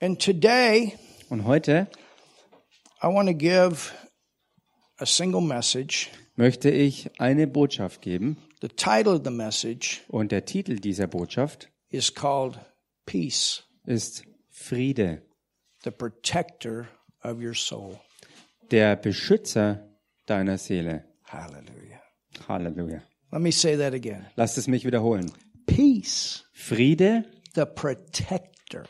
And today, Und heute I want to give a single message. möchte ich eine Botschaft geben. The title of the message Und der Titel dieser Botschaft is called Peace, ist Friede, the protector of your soul. der Beschützer deiner Seele. Hallelujah. Halleluja. Let me say that again. Lasst es mich wiederholen. Peace, Friede, the protector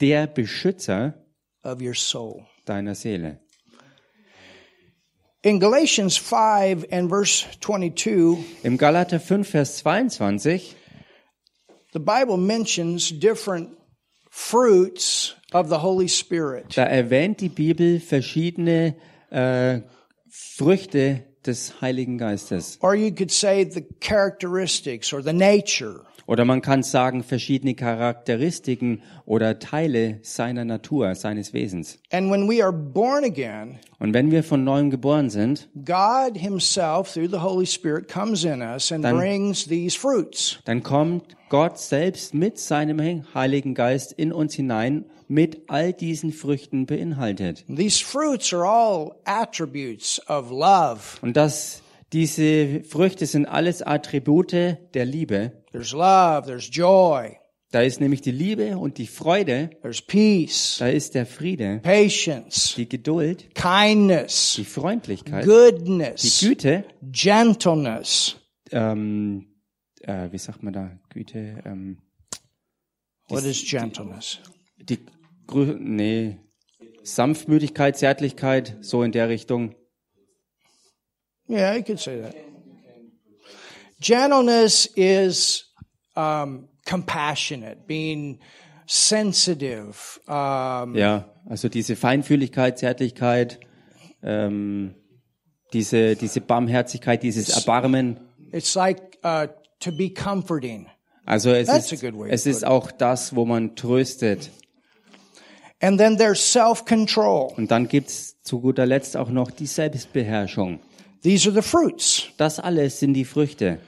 der Beschützer of your soul. deiner Seele. In Galatians 5 and verse 22, Im Galater 5, Vers 22 the Bible mentions different fruits of the Holy Spirit. Da erwähnt die Bibel verschiedene äh, Früchte des Heiligen Geistes. Or you could say the characteristics or the nature Oder man kann sagen, verschiedene Charakteristiken oder Teile seiner Natur, seines Wesens. And when we are born again, Und wenn wir von neuem geboren sind, God Himself, through the Holy Spirit, comes in us and brings these fruits. dann kommt Gott selbst mit seinem Heiligen Geist in uns hinein, mit all diesen Früchten beinhaltet. These fruits are all attributes of love. Und das, diese Früchte sind alles Attribute der Liebe. There's love, there's joy, Da ist nämlich die Liebe und die Freude, there's peace, da ist der Friede, patience, die Geduld, kindness, die Freundlichkeit, die goodness, Güte, gentleness. ähm, äh, wie sagt man da, Güte, ähm, What is gentleness? die, Grö- nee, Sanftmütigkeit, Zärtlichkeit, so in der Richtung. Yeah, you could say that. Gentleness is um, compassionate, being sensitive, um, Ja, also diese Feinfühligkeit, Zärtlichkeit, ähm, diese, diese Barmherzigkeit, dieses Erbarmen. It's like uh, to be comforting. Also es That's ist, a good way es to ist auch das, wo man tröstet. And then there's self control. Und dann gibt's zu guter Letzt auch noch die Selbstbeherrschung. These are the fruits. Das alles sind die Früchte.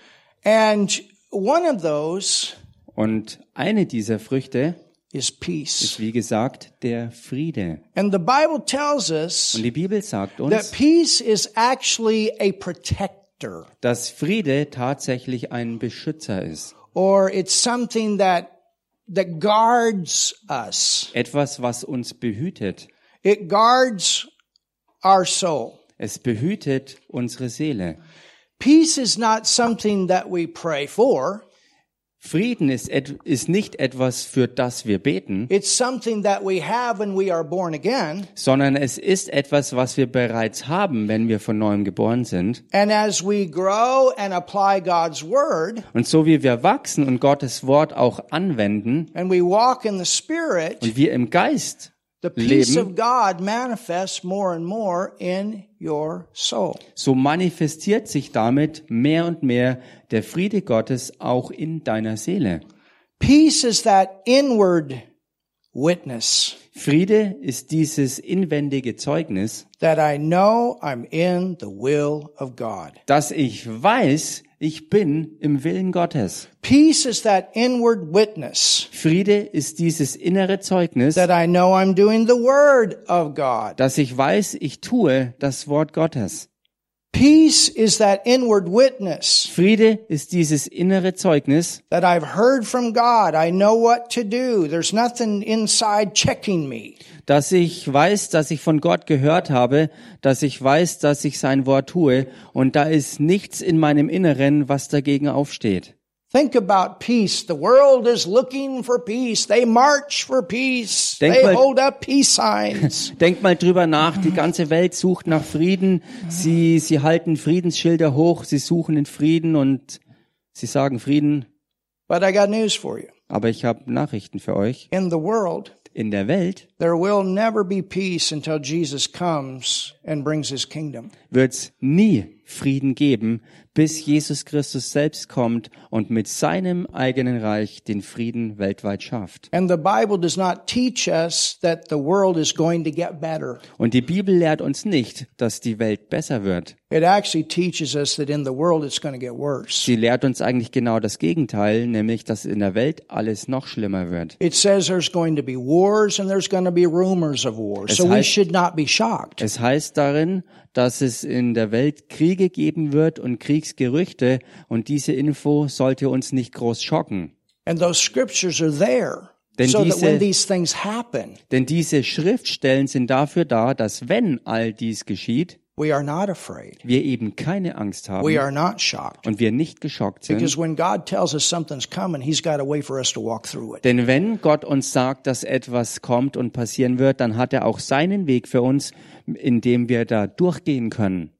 And one of those Und eine dieser Früchte is ist, peace. wie gesagt, der Friede. And the Bible tells us Und die Bibel sagt that uns, peace is actually a protector, dass Friede tatsächlich ein Beschützer ist. or it's something that that guards us. Etwas, was uns behütet. It guards our soul. Es behütet unsere Seele. Peace is not something that we pray for. Frieden ist, et- ist nicht etwas, für das wir beten, It's something that we have when we are born again. sondern es ist etwas, was wir bereits haben, wenn wir von neuem geboren sind. And as we grow and apply God's word Und so wie wir wachsen und Gottes Wort auch anwenden and we walk in the spirit, und wir im Geist the peace Leben. of God manifests more and more in your soul. So manifestiert sich damit mehr und mehr der Friede Gottes auch in deiner Seele. Peace is that inward witness Friede ist dieses inwendige Zeugnis, that I know I'm in the will of God. dass ich weiß, ich bin im Willen Gottes. Peace is that inward witness Friede ist dieses innere Zeugnis, that I know I'm doing the word of God. dass ich weiß, ich tue das Wort Gottes. Peace is that inward witness Friede ist dieses innere Zeugnis, that I've heard from God. I know what to do. There's nothing inside checking me. dass ich weiß, dass ich von Gott gehört habe, dass ich weiß, dass ich sein Wort tue und da ist nichts in meinem Inneren, was dagegen aufsteht. Think about peace. The world is looking for peace. They march for peace. Denk they mal- hold up peace signs. Denkt mal drüber nach, die ganze Welt sucht nach Frieden, sie, sie halten Friedensschilder hoch, sie suchen den Frieden und sie sagen Frieden, but I got news for you. aber ich habe Nachrichten für euch. In the world, In der Welt there will never be peace until Jesus comes and brings his kingdom. wird's nie Frieden geben, bis Jesus Christus selbst kommt und mit seinem eigenen Reich den Frieden weltweit schafft. And the Bible does not teach us that the world is going to get better. Und die Bibel lehrt uns nicht, dass die Welt besser wird. It actually teaches us that in the world it's going to get worse. Sie lehrt uns eigentlich genau das Gegenteil, nämlich dass in der Welt alles noch schlimmer wird. It says there's going to be wars and there's going to be rumors of wars. So we heißt- should not be shocked. Es heißt darin, dass es in der Welt Kriege geben wird und Kriegsgerüchte und diese Info sollte uns nicht groß schocken. And those scriptures are there Denn so that when diese- these things happen, Denn diese Schriftstellen sind dafür da, dass wenn all dies geschieht, we are not afraid. wir eben keine Angst haben We are not shocked. und wir nicht geschockt sind. Because when God tells us something's coming, He's got a way for us to walk through it. Denn wenn Gott uns sagt, dass etwas kommt und passieren wird, dann hat er auch seinen Weg für uns, in dem wir da durchgehen können.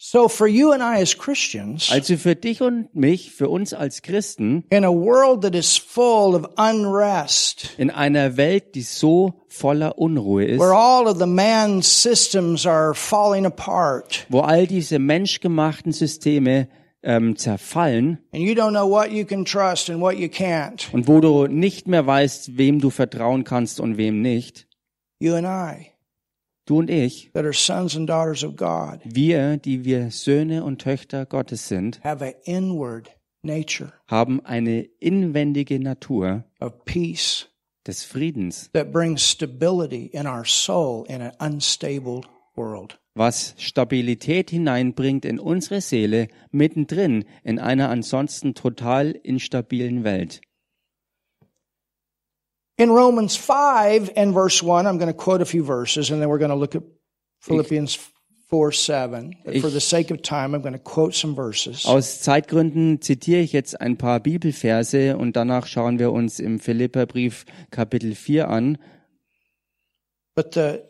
So for you and I as Christians, Also für dich und mich, für uns als Christen, in a world that is full of unrest, in einer Welt, die so voller Unruhe ist, where all of the man systems are falling apart, wo all diese menschgemachten Systeme ähm, zerfallen and you don't know what you can trust and what you can't, und wo du nicht mehr weißt, wem du vertrauen kannst und wem nicht, you and I, du und ich, that are sons and daughters of God, wir, die wir Söhne und Töchter Gottes sind, have an inward nature haben eine inwendige Natur of peace des Friedens, that brings stability in our soul in an unstable world. was Stabilität hineinbringt in unsere Seele mittendrin in einer ansonsten total instabilen Welt. In Romans 5 and verse 1, I'm going to quote a few verses and then we're going to look at Philippians 4 7. But for the sake of time, I'm going to quote some verses. Aus Zeitgründen zitiere ich jetzt ein paar Bibelverse und danach schauen wir uns im Philipperbrief Kapitel 4 an. But the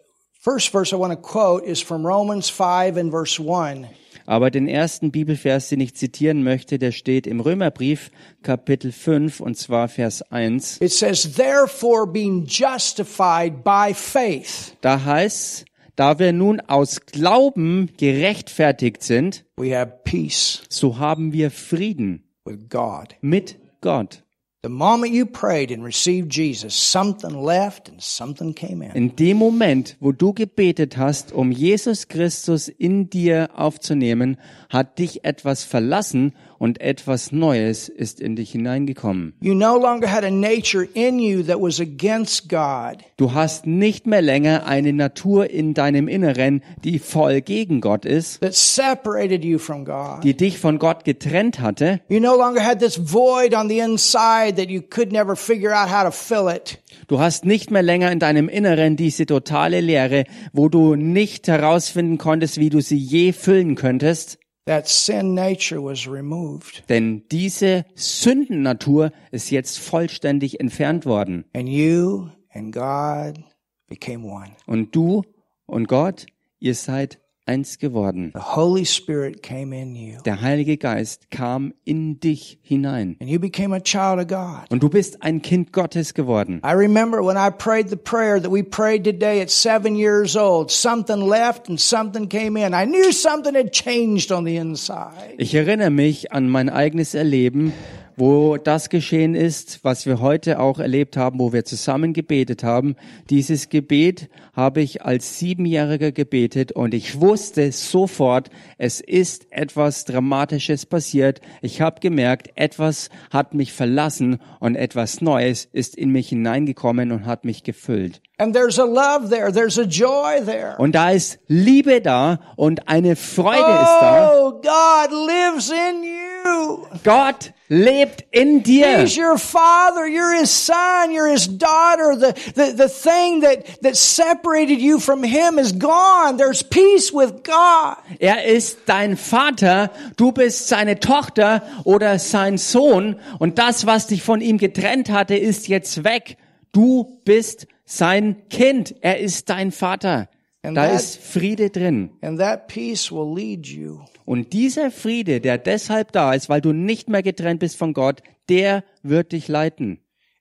first verse I want to quote is from Romans 5 and verse 1. Aber den ersten Bibelvers, den ich zitieren möchte, der steht im Römerbrief Kapitel 5 und zwar Vers 1. It says, Therefore, being justified by faith, Da heißt, da wir nun aus Glauben gerechtfertigt sind, we have peace so haben wir Frieden with God. mit Gott. The moment you prayed and received Jesus, something left and something came in. In dem Moment, wo du gebetet hast, um Jesus Christus in dir aufzunehmen, hat dich etwas verlassen und etwas Neues ist in dich hineingekommen. You no longer had a nature in you that was against God. Du hast nicht mehr länger eine Natur in deinem Inneren, die voll gegen Gott ist, that separated you from God. die dich von Gott getrennt hatte. You no longer had this void on the inside that you could never figure out how to fill it. Du hast nicht mehr länger in deinem Inneren diese totale Leere, wo du nicht herausfinden konntest, wie du sie je füllen könntest. That sin nature was removed, Denn diese Sündennatur ist jetzt vollständig entfernt worden. and you and God became one. Und du und Gott, ihr seid eins geworden. The Holy Spirit came in you, Der Heilige Geist kam in dich hinein. and you became a child of God. Und du bist ein Kind Gottes geworden. I remember when I prayed the prayer that we prayed today at seven years old, something left and something came in. I knew something had changed on the inside. Ich erinnere mich an mein eigenes Erleben, wo das geschehen ist, was wir heute auch erlebt haben, wo wir zusammen gebetet haben. Dieses Gebet habe ich als Siebenjähriger gebetet und ich wusste sofort, es ist etwas Dramatisches passiert. Ich habe gemerkt, etwas hat mich verlassen und etwas Neues ist in mich hineingekommen und hat mich gefüllt. And there's a love there, there's a joy there. Und da ist Liebe da und eine Freude ist da. Oh, God lives in you. Gott lebt in dir. He's your father. You're his son. You're his daughter. The, the, the thing that, that separated you from him is gone. There's peace with God. Er ist dein Vater, du bist seine Tochter oder sein Sohn und das, was dich von ihm getrennt hatte, ist jetzt weg. Du bist sein Kind, er ist dein Vater. And Da that- ist Friede drin. And that peace will lead you Und dieser Friede, der deshalb da ist, weil du nicht mehr getrennt bist von Gott, der wird dich leiten.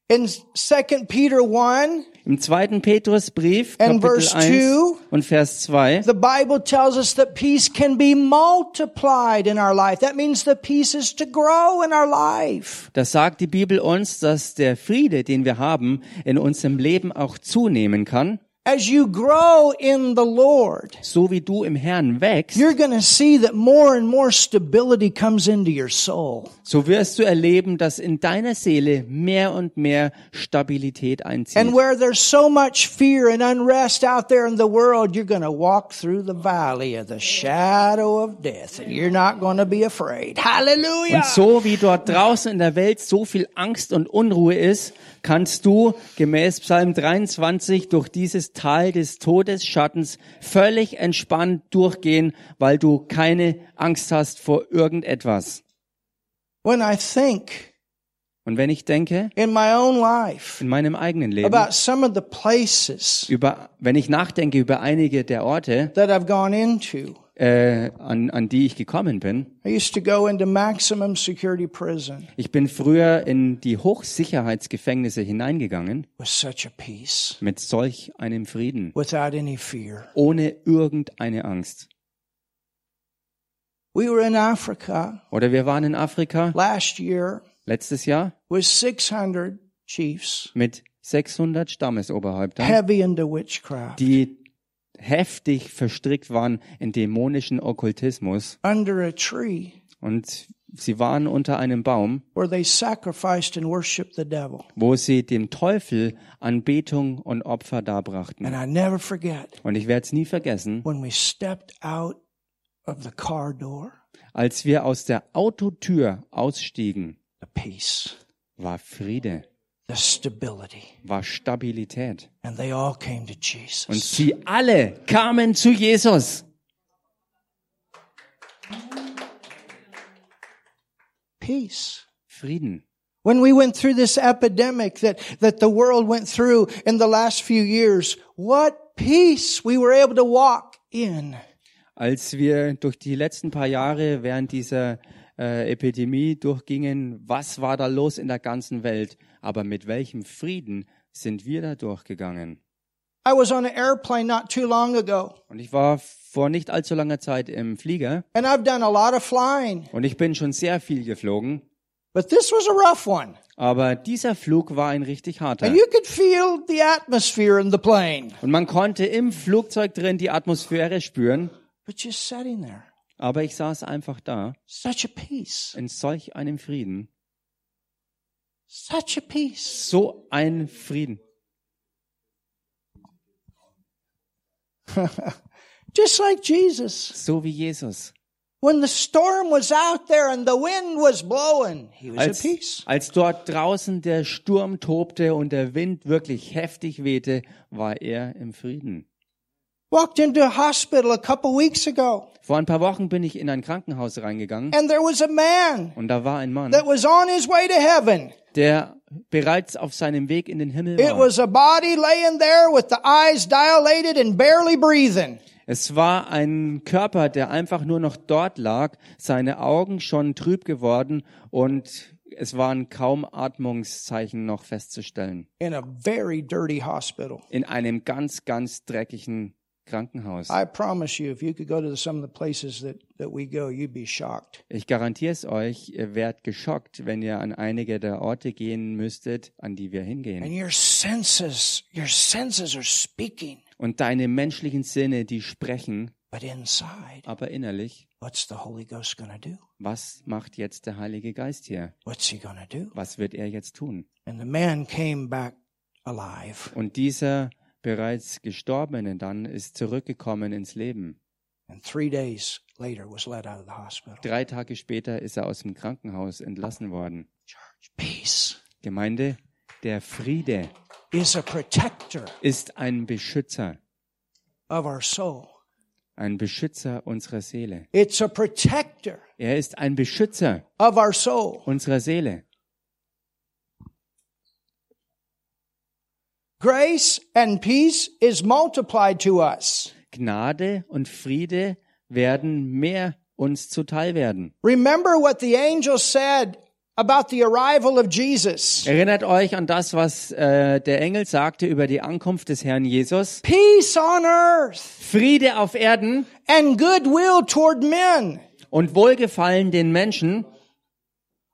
in 2 Peter 1 Im zweiten Petrusbrief, And Kapitel verse 1 two. und Vers 2, The Bible tells us that peace can be multiplied in our life. That means the peace is to grow in our life. da sagt die Bibel uns, dass der Friede, den wir haben, in unserem Leben auch zunehmen kann. As you grow in the Lord, So wie du im Herrn wächst, you're going to see that more and more stability comes into your soul. so wirst du erleben, dass in deiner Seele mehr und mehr Stabilität einzieht. And where there's so much fear and unrest out there in the world, you're going to walk through the valley of the shadow of death and you're not going to be afraid. Hallelujah. Und so wie dort draußen in der Welt so viel Angst und Unruhe ist, kannst du gemäß Psalm 23 durch dieses Tal des Todesschattens völlig entspannt durchgehen, weil du keine Angst hast vor irgendetwas. when I think Und wenn ich denke, in my own life in meinem eigenen Leben, about some of the places über, wenn ich nachdenke über einige der Orte, that I've gone into, äh, an, an die ich gekommen bin, I used to go into maximum security prison ich bin früher in die Hochsicherheitsgefängnisse hineingegangen with such a peace, mit solch einem Frieden. without any fear. ohne irgendeine Angst. We were in Africa Oder wir waren in Afrika last year letztes Jahr with 600 chiefs mit 600 Stammesoberhäuptern, heavy into witchcraft. die heftig verstrickt waren in dämonischen Okkultismus under a tree und sie waren unter einem Baum, where they sacrificed and worshiped the devil. wo sie dem Teufel Anbetung und Opfer darbrachten. And I never forget Und ich werde es nie vergessen, when we stepped out of the car door, als wir aus der Autotür ausstiegen, the peace, war Friede, the stability. war Stabilität. And they all came to Und Jesus. sie alle kamen zu Jesus. Peace. Frieden. When we went through this epidemic that, that the world went through in the last few years, what peace we were able to walk in. Als wir durch die letzten paar Jahre während dieser äh, Epidemie durchgingen, was war da los in der ganzen Welt? Aber mit welchem Frieden sind wir da durchgegangen? I was on an airplane not too long ago, Und ich war vor nicht allzu langer Zeit im Flieger and I've done a lot of flying, und ich bin schon sehr viel geflogen, but this was a rough one. aber dieser Flug war ein richtig harter. And you could feel the atmosphere in the plane. Und man konnte im Flugzeug drin die Atmosphäre spüren, But just sitting there, aber ich saß einfach da such a peace, in solch einem Frieden. such a peace. So ein Frieden. Just like Jesus. So wie Jesus. When the storm was out there and the wind was blowing, he was at Als, peace. als dort draußen der Sturm tobte und der Wind wirklich heftig wehte, war er im Frieden. Walked into a hospital a couple weeks ago Vor ein paar Wochen bin ich in ein Krankenhaus reingegangen and there was a man und da war ein Mann, that was on his way to heaven. der bereits auf seinem Weg in den Himmel It war. was a body laying there with the eyes dilated and barely breathing. Es war ein Körper, der einfach nur noch dort lag, seine Augen schon trüb geworden und es waren kaum Atmungszeichen noch festzustellen. In a very dirty hospital. In einem ganz, ganz dreckigen Krankenhaus. I promise you, if you could go to some of the places that, that we go, you'd be shocked. Ich garantiere es euch, ihr werdet geschockt, wenn ihr an einige der Orte gehen müsstet, an die wir hingehen. And your senses, your senses are speaking. Und deine menschlichen Sinne, die sprechen, But inside, aber innerlich, what's the Holy Ghost going to do? was macht jetzt der Heilige Geist hier? What's he going to do? Was wird er jetzt tun? And the man came back alive. Und dieser bereits Gestorbene dann ist zurückgekommen ins Leben. And three days later was led out of the hospital. Drei Tage später ist er aus dem Krankenhaus entlassen worden. Church, peace Gemeinde, der Friede is a protector ist ein Beschützer, of our soul. ein Beschützer unserer Seele. It's a protector Er ist ein Beschützer of our soul. unserer Seele. Grace and peace is multiplied to us. Gnade und Friede werden mehr uns zuteil werden. Remember what the angel said about the arrival of Jesus. Erinnert euch an das, was äh, der Engel sagte über die Ankunft des Herrn Jesus. Peace on earth Friede auf Erden and goodwill toward men. und Wohlgefallen den Menschen.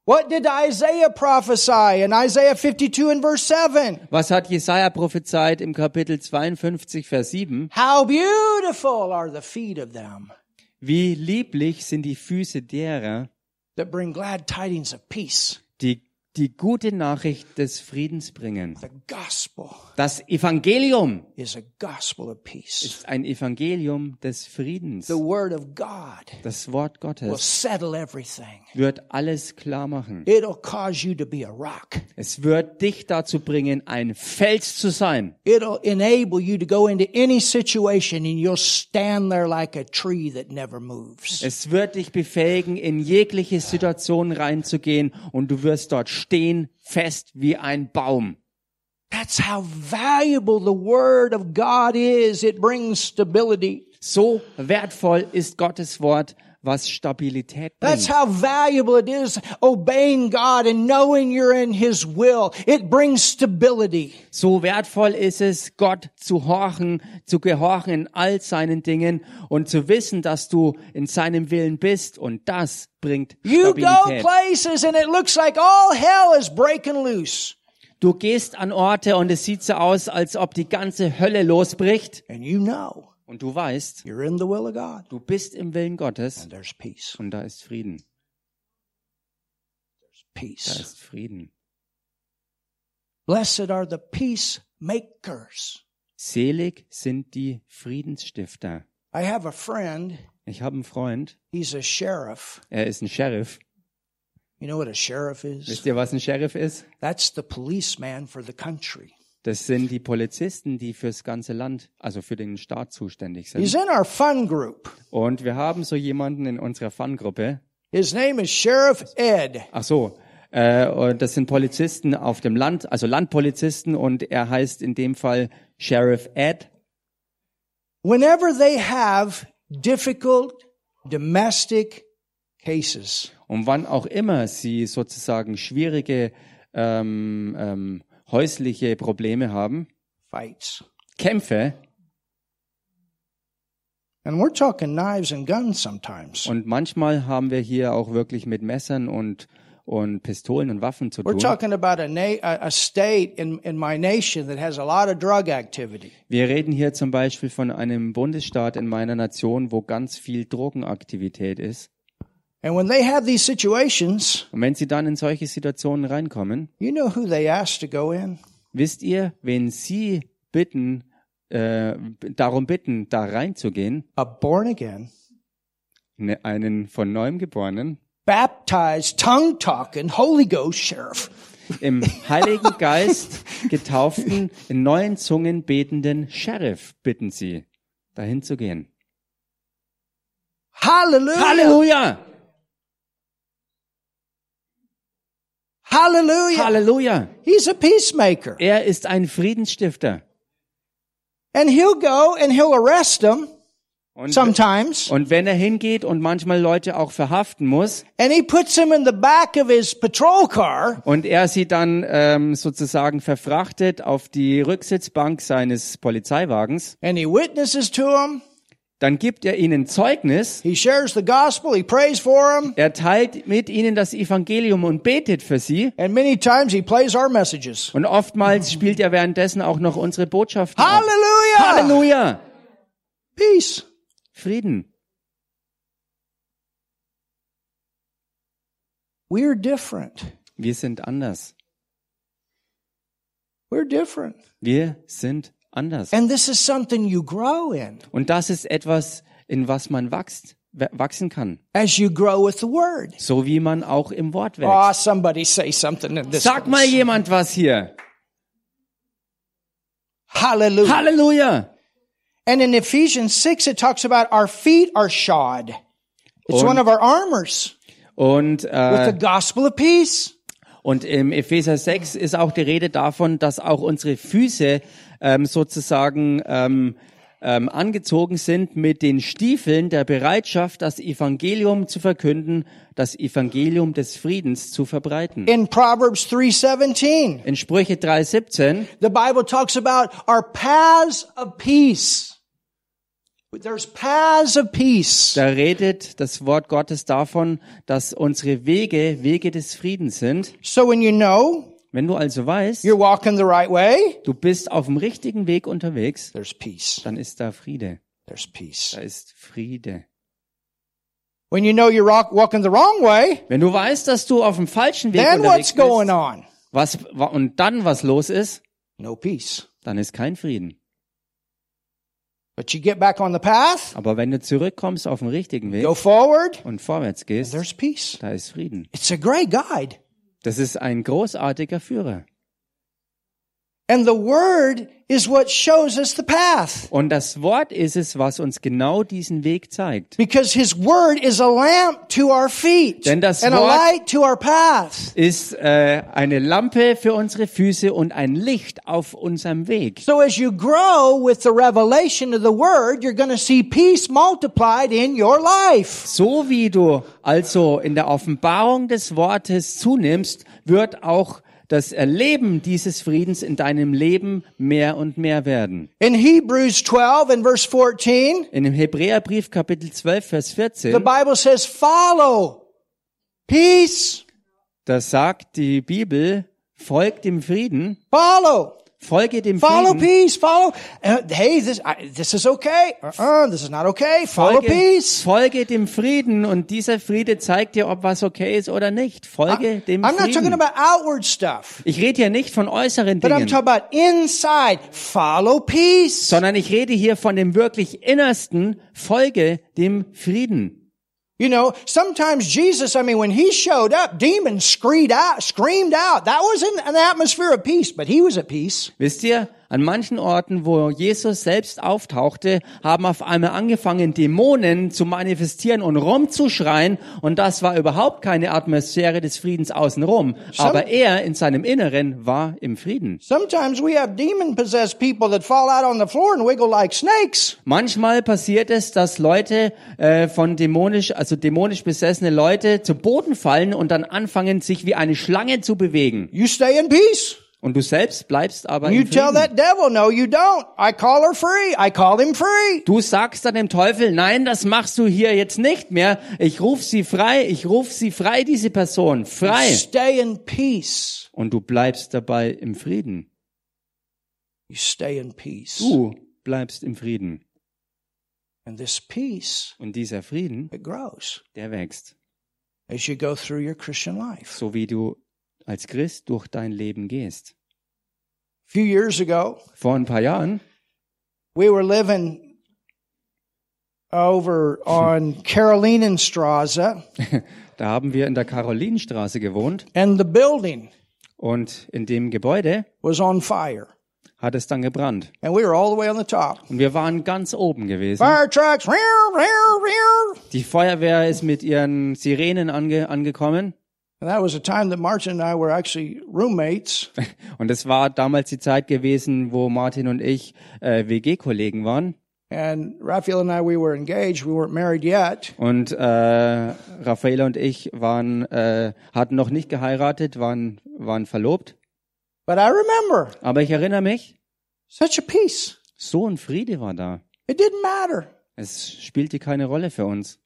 What did Isaiah prophesy in Isaiah 52 and verse 7? Was hat Jesaja prophezeit im Kapitel 52, Vers 7? How beautiful are the feet of them Wie lieblich sind die Füße derer, that bring glad tidings of peace, die die gute Nachricht des Friedens bringen. the gospel. Das Evangelium is a gospel of peace. ist ein Evangelium des Friedens. The word of God Das Wort will Gottes settle everything. wird alles klar machen. It'll cause you to be a rock. Es wird dich dazu bringen, ein Fels zu sein. It'll enable you to go into any situation and you'll stand there like a tree that never moves. Es wird dich befähigen, in jegliche Situation reinzugehen und du wirst dort stehen, fest wie ein Baum. That's how valuable the word of God is. It brings stability. So wertvoll ist Gottes Wort, was Stabilität That's bringt. how valuable it is obeying God and knowing you're in His will. It brings stability. So wertvoll ist es, Gott zu horchen, zu gehorchen in all seinen Dingen und zu wissen, dass du in seinem Willen bist und das bringt You go Stabilität. places and it looks like all hell is breaking loose. Du gehst an Orte und es sieht so aus, als ob die ganze Hölle losbricht And you know und du weißt, You're in the will of God. du bist im Willen Gottes And there's peace. und da ist Frieden. Da Peace. ist Frieden. Blessed are the peacemakers. Selig sind die Friedensstifter. I have a friend. Ich habe einen Freund, He's a sheriff. er ist ein Sheriff. You know what a sheriff is? Wisst ihr, was ein Sheriff ist? That's the policeman for the country. Das sind die Polizisten, die fürs ganze Land, also für den Staat zuständig He's sind. in our fun group. Und wir haben so jemanden in unserer Fangruppe. His name is Sheriff Ed. Ach so, äh, und das sind Polizisten auf dem Land, also Landpolizisten. Und er heißt in dem Fall Sheriff Ed. Whenever they have difficult domestic cases, Und wann auch immer sie sozusagen schwierige ähm, ähm, häusliche Probleme haben, fights, Kämpfe, and we're talking knives and guns sometimes. und manchmal haben wir hier auch wirklich mit Messern und, und Pistolen und Waffen zu We're tun. talking about a, na- a a state in, in my nation that has a lot of drug activity. Wir reden hier zum Beispiel von einem Bundesstaat in meiner Nation, wo ganz viel Drogenaktivität ist. And when they have these situations, Und wenn Sie dann in solche Situationen reinkommen, you know who they ask to go in? wisst ihr, wenn Sie bitten, äh, darum bitten, da reinzugehen, A born again, ne, einen von neuem Geborenen, baptized, tongue talking, Holy Ghost sheriff. im Heiligen Geist getauften, in neuen Zungen betenden Sheriff bitten Sie, dahin zu gehen. Hallelujah. Halleluja! Hallelujah. Halleluja! He's a peacemaker. Er ist ein Friedensstifter. And he'll go and he'll arrest them Und sometimes. Und wenn er hingeht und manchmal Leute auch verhaften muss And he puts them in the back of his patrol car und er sie dann ähm, sozusagen verfrachtet auf die Rücksitzbank seines Polizeiwagens, and he witnesses to them. dann gibt er ihnen Zeugnis, He shares the gospel. He prays for them. er teilt mit ihnen das Evangelium und betet für sie. And many times he plays our messages. Und oftmals spielt er währenddessen auch noch unsere Botschaft. Hallelujah! Halleluja! Peace. Frieden. We're different. Wir sind anders. We're different. Wir sind anders. And this is something you grow in Und das ist etwas, in was man wächst, wachsen kann. as you grow with the word. So wie man auch im Wort wächst. Ah, somebody say something in this. Sag mal place. jemand was hier. Hallelujah. Halleluja! and in Ephesians 6, it talks about our feet are shod. It's Und- one of our armors Und, with äh, the gospel of peace. und im Epheser 6 ist auch die Rede davon, dass auch unsere Füße ähm, sozusagen ähm, ähm, angezogen sind mit den Stiefeln der Bereitschaft, das Evangelium zu verkünden, das Evangelium des Friedens zu verbreiten. In Proverbs 3:17, In Sprüche 3,17 the Bible talks about our paths of peace. There's paths of peace. Da redet das Wort Gottes davon, dass unsere Wege Wege des Friedens sind. So when you know Wenn du also weißt, you're walking the right way, du bist auf dem richtigen Weg unterwegs, there's peace. dann ist da Friede. There's peace. Da ist Friede. When you know you're rock, walking the wrong way, Wenn du weißt, dass du auf dem falschen Weg then unterwegs what's bist, going on? was wa- und dann was los ist, No peace. dann ist kein Frieden. But you get back on the path, Aber wenn du zurückkommst auf den richtigen Weg go forward, und vorwärts gehst, there's peace. da ist Frieden. It's a great guide. Das ist ein großartiger Führer. And the word is what shows us the path. Und das Wort ist es, was uns genau diesen Weg zeigt. Because his word is a lamp to our feet Denn das and a Wort- light to our path. Ist äh, eine Lampe für unsere Füße und ein Licht auf unserem Weg. So as you grow with the revelation of the word, you're going to see peace multiplied in your life. So wie du also in der Offenbarung des Wortes zunimmst, wird auch das Erleben dieses Friedens in deinem Leben mehr und mehr werden. In Hebrews 12 and verse 14, In dem Hebräerbrief Kapitel 12, Vers the 14, Bible says, follow peace, da sagt die Bibel, folgt dem Frieden, follow. folge dem Follow Frieden, peace, follow. Uh, hey, this I, this is okay. Uh-uh, this is not okay. Follow folge, peace. folge dem Frieden und dieser Friede zeigt dir, ob was okay ist oder nicht. Folge dem Ah, I'm not talking Frieden. about outward stuff, Ich rede hier nicht von äußeren but I'm Dingen, talking about inside. Follow peace. sondern ich rede hier von dem wirklich Innersten, folge dem Frieden. You know, sometimes Jesus, I mean, when he showed up, demons screamed out, screamed out. That was in an atmosphere of peace, but he was at peace. Wisst ihr, an manchen Orten, wo Jesus selbst auftauchte, haben auf einmal angefangen, Dämonen zu manifestieren und rumzuschreien. Und das war überhaupt keine Atmosphäre des Friedens außenrum. Aber er in seinem Inneren war im Frieden. Sometimes we have demon possessed people that fall out on the floor and wiggle like snakes. Manchmal passiert es, dass Leute äh, von dämonisch, also dämonisch besessene Leute zu Boden fallen und dann anfangen, sich wie eine Schlange zu bewegen. You stay in peace. Und du selbst bleibst aber You im tell Frieden. that devil, no, you don't. I call her free. I call him free. Du sagst dann dem Teufel, nein, das machst du hier jetzt nicht mehr. Ich ruf sie frei, ich ruf sie frei, diese Person, frei. stay in peace. Und du bleibst dabei im Frieden. You stay in peace. Du bleibst im Frieden. And this peace, Und dieser Frieden, it grows der wächst, as you go through your Christian life. so wie du als Christ durch dein Leben gehst. A few years ago, Vor ein paar Jahren we were living over on Carolinen Straße, Da haben wir in der Karolinenstraße gewohnt and the building und in dem Gebäude was on fire. hat es dann gebrannt. And we were all the way on the top. Und wir waren ganz oben gewesen. Fire trucks, rear, rear, rear. Die Feuerwehr ist mit ihren Sirenen ange angekommen. And that was a time that Martin and I were actually roommates. Und es war damals die Zeit gewesen, wo Martin und ich äh, WG-Kollegen waren. And Raphael and I, we were engaged. We weren't married yet. Und äh, Raffaela und ich waren, äh, hatten noch nicht geheiratet, waren, waren verlobt. But I remember Aber ich erinnere mich, such a peace. so ein Friede war da. It didn't matter. Es spielte keine Rolle für uns.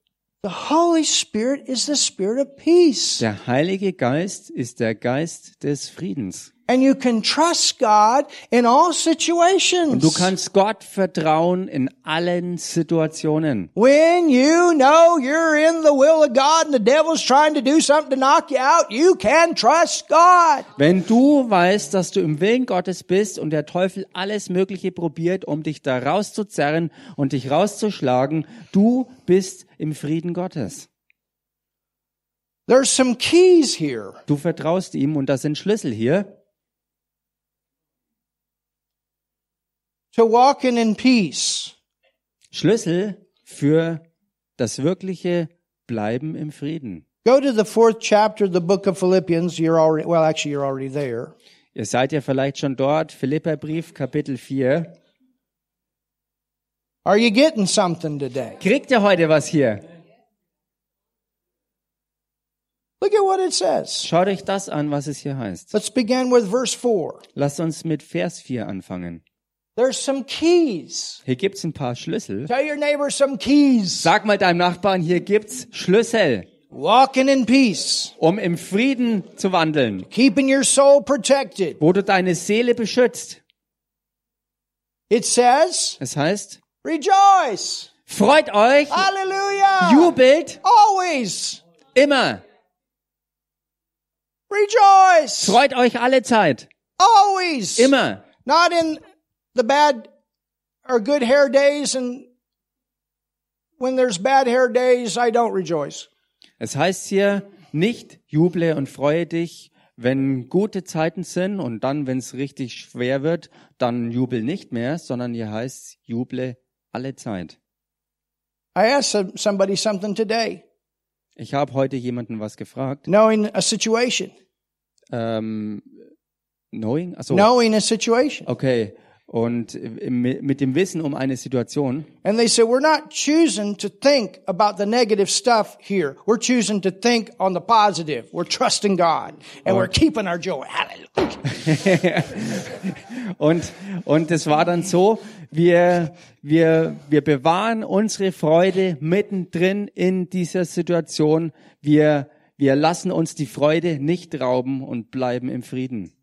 The Holy Spirit is the spirit of peace. Der Heilige Geist ist der Geist des Friedens. And you can trust God in all Und du situations. kannst Gott vertrauen in allen Situationen. When you know you're in the will of God and the devil's trying to do something to knock you out, you can trust God. Wenn du weißt, dass du im Willen Gottes bist und der Teufel alles Mögliche probiert, um dich da rauszuzerren und dich rauszuschlagen, du bist im Frieden Gottes. There's some keys here. Du vertraust ihm und das sind Schlüssel hier, To walking in peace Schlüssel für das wirkliche Bleiben im Frieden. Go to the fourth chapter of the book of Philippians. You're already, well, actually, you're already there. Ihr seid ja vielleicht schon dort, Philipperbrief Kapitel 4. Are you getting something today? Kriegt ihr heute was hier? Look at what it says. Schaut euch das an, was es hier heißt. Let's begin with verse 4. Lasst uns mit Vers 4 anfangen. There's some keys. Hier gibt's ein paar Schlüssel. Tell your neighbor some keys. Sag mal deinem Nachbarn, hier gibt's Schlüssel, Walking in peace, um im Frieden zu wandeln, keeping your soul protected. wo du deine Seele beschützt. It says, Das heißt, rejoice. freut euch, Ah! Hallelujah. jubelt always immer, rejoice. freut euch alle Zeit, Always. immer. Not in the bad or good hair days and when there's bad hair days, I don't rejoice. Es heißt hier, nicht juble und freue dich, wenn gute Zeiten sind und dann, wenn es richtig schwer wird, dann jubel nicht mehr, sondern hier heißt juble alle Zeit. I asked some- somebody something today, Ich habe heute jemanden was gefragt. knowing a situation, Ähm, knowing? Achso, knowing a situation. okay. Und im- mit dem Wissen um eine Situation. And they said, we're not choosing to think about the negative stuff here. We're choosing to think on the positive. We're trusting God and we're keeping our joy. Hallelujah. Und, und es war dann so, wir, wir, wir bewahren unsere Freude mittendrin in dieser Situation. Wir, wir lassen uns die Freude nicht rauben und bleiben im Frieden.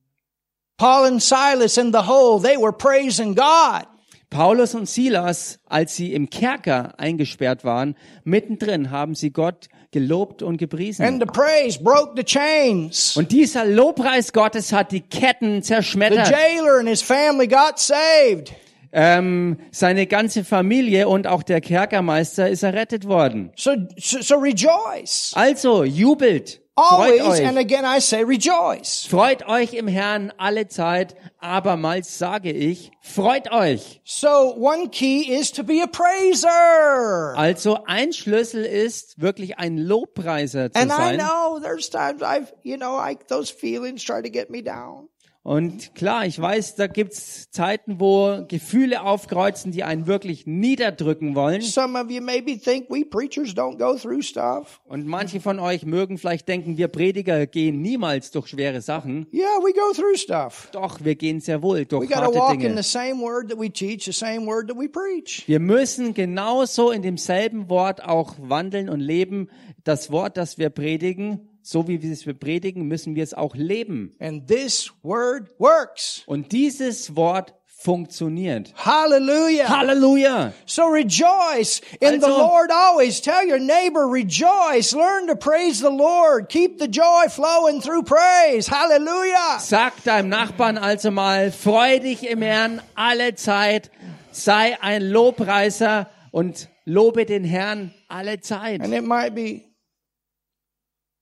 Paul and Silas in the hole, they were praising God. Paulus und Silas, als sie im Kerker eingesperrt waren, mittendrin haben sie Gott gelobt und And gepriesen. the praise broke the chains. Und dieser Lobpreis Gottes hat die Ketten The zerschmettert. jailer and his family got saved. Ähm, seine ganze Familie und auch der Kerkermeister ist errettet worden. So, so, so rejoice. Also jubelt, freut Always, and euch, again I say rejoice. freut euch im Herrn alle Zeit, abermals sage ich, freut euch. So one key is to be a praiser. Also ein Schlüssel ist wirklich ein Lobpreiser zu And I sein. know there's times I've, you know, I, those feelings try to get me down. Und klar, ich weiß, da gibt's Zeiten, wo Gefühle aufkreuzen, die einen wirklich niederdrücken wollen. Some of you maybe think we preachers don't go through stuff. Und manche von euch mögen vielleicht denken, wir Prediger gehen niemals durch schwere Sachen. Yeah, we go through stuff. Doch, wir gehen sehr wohl We durch got to harte walk in Dinge. the same word that we teach, the same word that we preach. Wir müssen genauso in demselben Wort auch wandeln und leben. Das Wort, das wir predigen, so wie wir es wir predigen, müssen wir es auch leben. And this word works. Und dieses Wort funktioniert. Hallelujah. Halleluja! So rejoice in the Also- Lord always. Tell your neighbor, rejoice. Learn to praise the Lord. Keep the joy flowing through praise. Hallelujah. Sag deinem Nachbarn also mal, freu dich im Herrn alle Zeit, sei ein Lobpreiser und lobe den Herrn alle Zeit. And it might be,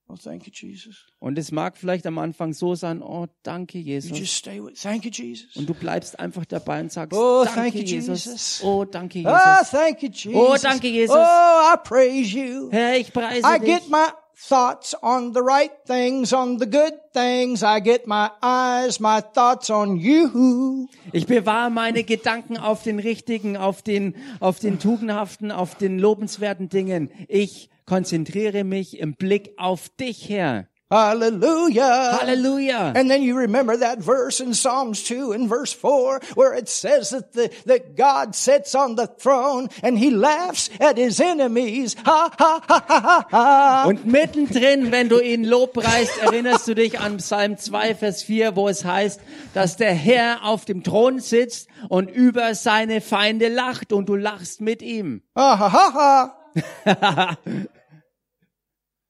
oh, thank you, Jesus. Und es mag vielleicht am Anfang so sein, oh, danke You Jesus. just stay with, thank you, Jesus. Und du bleibst einfach dabei und sagst, Oh, thank danke you, Jesus. Jesus. Oh, danke Jesus. Oh, thank you, Jesus. Oh, danke, Jesus. Oh, I praise you. Herr, ich preise I dich. get my thoughts on the right things, on the good things. I get my eyes, my thoughts on you. Ich bewahre meine Gedanken auf den richtigen, auf den, auf den tugendhaften, auf den lobenswerten Dingen. Ich konzentriere mich im Blick auf dich, Herr. Hallelujah. Halleluja. And then you remember that verse in Psalms 2 and verse 4 where it says that the, that God sits on the throne and he laughs at his enemies. Ha, ha, ha, ha, ha, ha. Und mittendrin, wenn du ihn lobpreist, erinnerst du dich an Psalm 2, Vers 4, wo es heißt, dass der Herr auf dem Thron sitzt und über seine Feinde lacht und du lachst mit ihm. Ha, ha, ha, ha.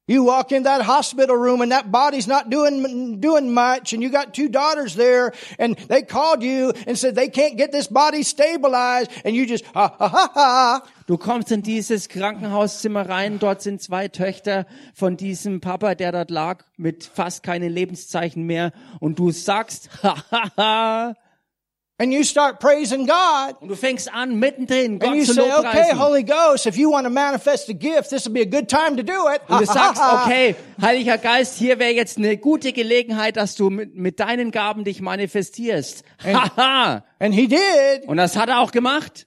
You walk in that hospital room and that body's not doing, doing much and you got two daughters there and they called you and said they can't get this body stabilized and you just ha, ha, ha, ha. Du kommst in dieses Krankenhauszimmer rein, dort sind zwei Töchter von diesem Papa, der dort lag, mit fast keinen Lebenszeichen mehr und du sagst, hahaha, And you start praising God. und du fängst an, mittendrin And Gott you zu say, okay, lobpreisen. Holy Ghost, if you want to manifest a gift, this would be a good time to do it. Und du sagst, okay, Heiliger Geist, hier wäre jetzt eine gute Gelegenheit, dass du mit, mit deinen Gaben dich manifestierst. Haha. And he did. Und das hat er auch gemacht.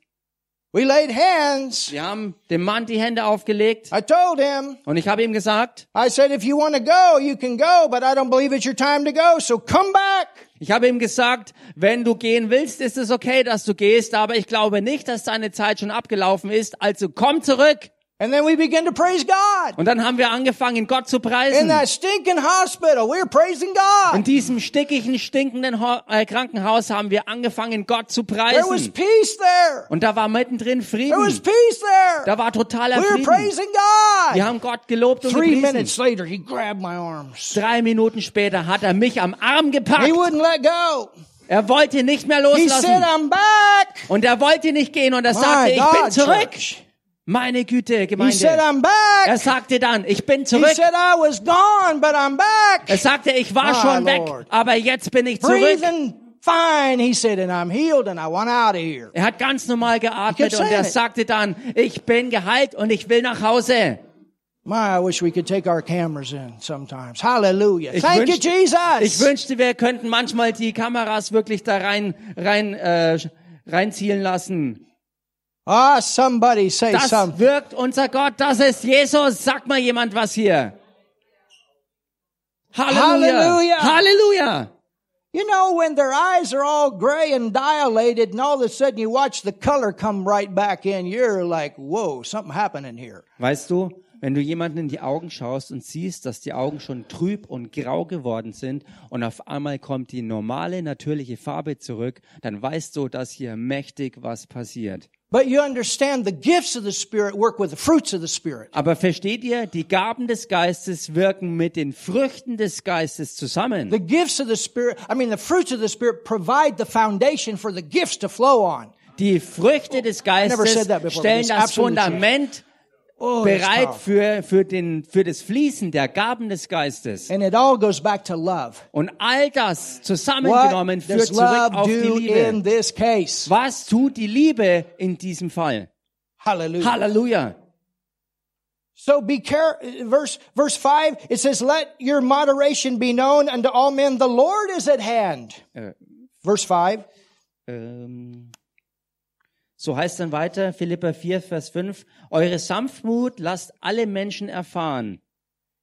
We laid hands. Wir haben dem Mann die Hände aufgelegt I told him, und ich habe ihm gesagt, I said, if you want to go, you can go, but I don't believe it's your time to go, so come back. ich habe ihm gesagt, wenn du gehen willst, ist es okay, dass du gehst, aber ich glaube nicht, dass deine Zeit schon abgelaufen ist, also komm zurück. And then we began to praise God. Und dann haben wir angefangen, Gott zu In preisen. that stinking hospital, we were praising God. In diesem stickigen, stinkenden Ho äh, Krankenhaus haben wir angefangen, Gott zu There was preisen. peace there. Und da war mittendrin There was Frieden. peace there. Da war totaler We were Frieden. praising Wir God. haben Gott gelobt und Three gepriesen. minutes later, he grabbed my arms. Drei Minuten später hat er mich am Arm He gepackt. wouldn't let go. Er wollte nicht mehr He said, loslassen. I'm back. Und er wollte nicht gehen und er sagte, My ich bin God, zurück. church. Meine Güte, He said, Gemeinde. I'm Er back. sagte dann, ich bin He zurück. said, I was gone, but I'm back. Er sagte, ich war My schon weg, Lord. aber jetzt bin ich zurück. Breathing fine, he said, and I'm healed and I want out of here. Er hat ganz normal You geatmet kept und er saying it. sagte dann, ich bin geheilt und ich will nach Hause. My, I wish we could take our cameras in sometimes. Hallelujah. Ich Thank you, wünschte- Ich Jesus. wünschte, wir könnten manchmal die Kameras wirklich da rein, rein, äh, reinzielen lassen. Ah, somebody say Das something. wirkt unser Gott, das ist Jesus. Sag mal jemand was hier. Halleluja. Halleluja. Halleluja. You know, when their eyes are all gray and dilated, and all of a sudden you watch the color come right back in, you're like, whoa, something happening here. Weißt du, wenn du jemanden in die Augen schaust und siehst, dass die Augen schon trüb und grau geworden sind und auf einmal kommt die normale, natürliche Farbe zurück, dann weißt du, dass hier mächtig was passiert. But you understand the gifts of the Spirit work with the fruits of the Spirit. Aber versteht ihr, die Gaben des Geistes wirken mit den Früchten des Geistes zusammen. The gifts of the Spirit, I mean, the fruits of the Spirit provide the foundation for the gifts to flow on. Die Früchte des Never Geistes said that before, but stellen it's das absolutely true. Fundament Oh, that's bereit powerful. für, für, den, für das Fließen der Gaben des Geistes. And it all goes back to love. Und all das What zusammengenommen führt does zurück love auf die do in Liebe. this case? Was tut die Liebe in diesem Fall? Hallelujah. Halleluja. So be care, verse, verse five, it says, let your moderation be known unto all men. The Lord is at hand. Äh, Verse five. Ähm, so heißt dann weiter Philippa 4, Vers 5, Eure Sanftmut lasst alle Menschen erfahren.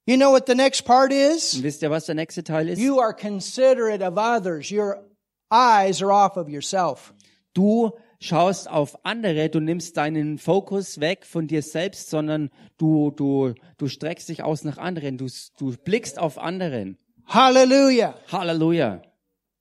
You know what the next part Und is? wisst ihr, was der nächste Teil ist? You are considerate of others. Your eyes are off of yourself. Du schaust auf andere, du nimmst deinen Fokus weg von dir selbst, sondern du, du, du streckst dich aus nach anderen, du, du blickst auf anderen. Hallelujah. Halleluja.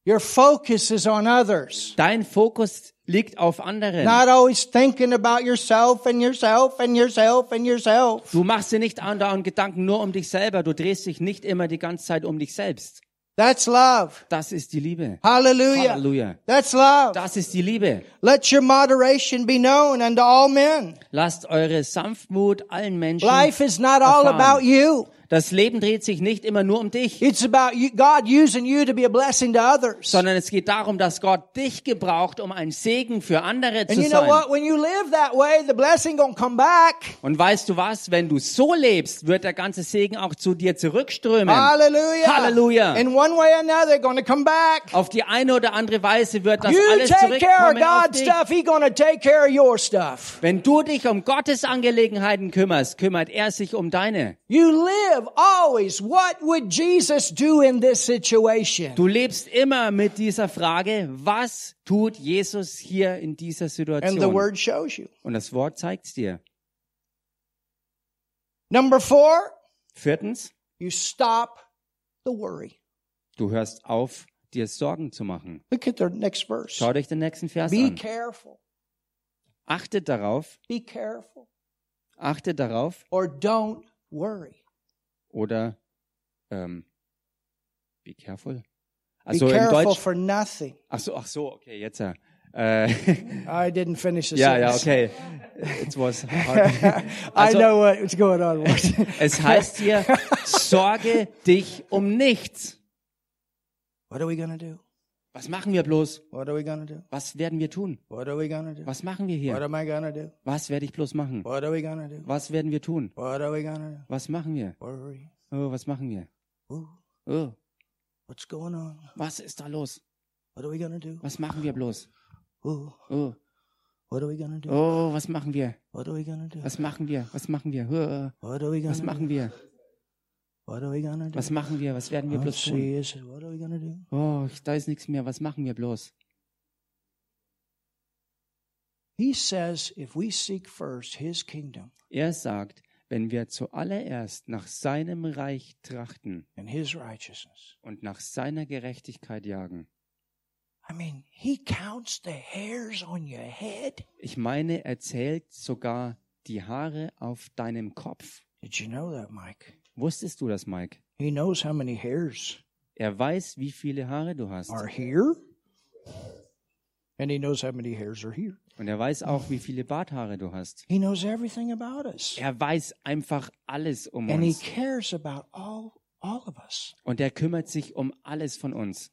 Your focus is on others. Dein Fokus liegt auf anderen. Not always thinking about yourself and yourself and yourself and yourself. Du machst dir nicht andauernd Gedanken nur um dich selber, du drehst dich nicht immer die ganze Zeit um dich selbst. That's love. Das ist die Liebe. Hallelujah. Halleluja. That's love. Das ist die Liebe. Let your moderation be known unto all men. Lasst eure Sanftmut allen Menschen. Life is not all Erfahren. about you. Das Leben dreht sich nicht immer nur um dich, It's about you, God using you to be a blessing to others. sondern es geht darum, dass Gott dich gebraucht, um ein Segen für andere And zu you know sein. what? When you live that way, the blessing gonna come back. Und weißt du was? Wenn du so lebst, wird der ganze Segen auch zu dir zurückströmen. Hallelujah. Hallelujah. Oh, In one way or another, gonna come back. Auf die eine oder andere Weise wird das You alles take care of zurückkommen auf God's dich. stuff, He gonna take care of your stuff. Wenn du dich um Gottes Angelegenheiten kümmerst, kümmert er sich um deine. You live always. What would Jesus do in this situation? Du lebst immer mit dieser Frage, was tut Jesus hier in dieser And the Situation? word shows you. Und das Wort zeigt's dir. Number four, Viertens, you stop the worry. du hörst auf, dir Sorgen zu machen. Look at the next verse. Schau dich den nächsten Vers Be an. careful. Achtet darauf, Be careful. achtet darauf Or don't worry. oder ähm, be careful. Be Also in careful Ah, Deutsch. for nothing. Ach so, ach so, okay, jetzt ja. Äh, I didn't finish the ja, ja, sentence. okay. It was hard. I Also- know what's going on. Es heißt hier, sorge dich um nichts. what are we going to do? Was machen wir bloß? What are we going to do? Was werden wir tun? What are we going to do? Was machen wir What hier? am I going to do? Was werde ich bloß machen? What are we going to do? Was werden wir tun? What are we going to do? Was machen wir? Worry. Oh, was machen wir? Ooh, Oh, what's going on? was ist da los? What are we going to do? Was machen wir bloß? Ooh, Oh, What are we gonna do? Oh, Ah, was machen wir? What are we gonna do? Was machen wir? Was machen wir? Hör, What are we Was gonna do? machen wir? What are we gonna do? Was machen wir? Was werden wir Oh, bloß tun? she said, What are we gonna do? Oh, ich- da ist nichts mehr. Was machen wir bloß? He says, if we seek first his kingdom Er sagt, wenn wir zuallererst nach seinem Reich trachten and his righteousness, und nach seiner Gerechtigkeit jagen. I mean, he counts the hairs on your head. Ich meine, er zählt sogar die Haare auf deinem Kopf. Did you know that, Mike? Wusstest du das, Mike? He knows how many hairs Er weiß, wie viele Haare du hast. are here, and he knows how many hairs are here. Und er weiß auch, wie viele Barthaare du hast. He knows everything about us, Er weiß einfach alles um and he uns. cares about all all of us. Und er kümmert sich um alles von uns.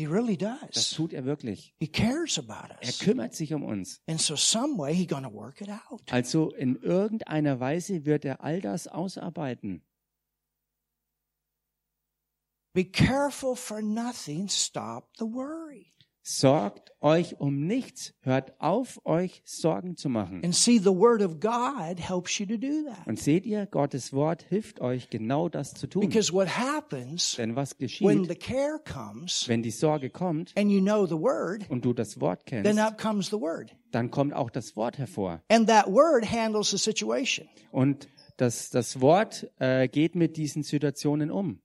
He really Das does. tut er wirklich. He cares about Er us, kümmert sich um uns. and so some way he's going to work it out. Also in irgendeiner Weise wird er all das ausarbeiten. Be careful for nothing. Stop the worry. Sorgt euch um nichts. Hört auf, euch Sorgen zu machen. And see, the Word of God helps you to do that. Und seht ihr, Gottes Wort hilft euch, genau das zu tun. Because what happens Denn when was geschieht, the care comes wenn die Sorge kommt and you know the Word, und du das Wort then kennst, up comes the Word. dann kommt auch das Wort hervor. And that Word handles the situation. Und das, das Wort äh, geht mit diesen Situationen um.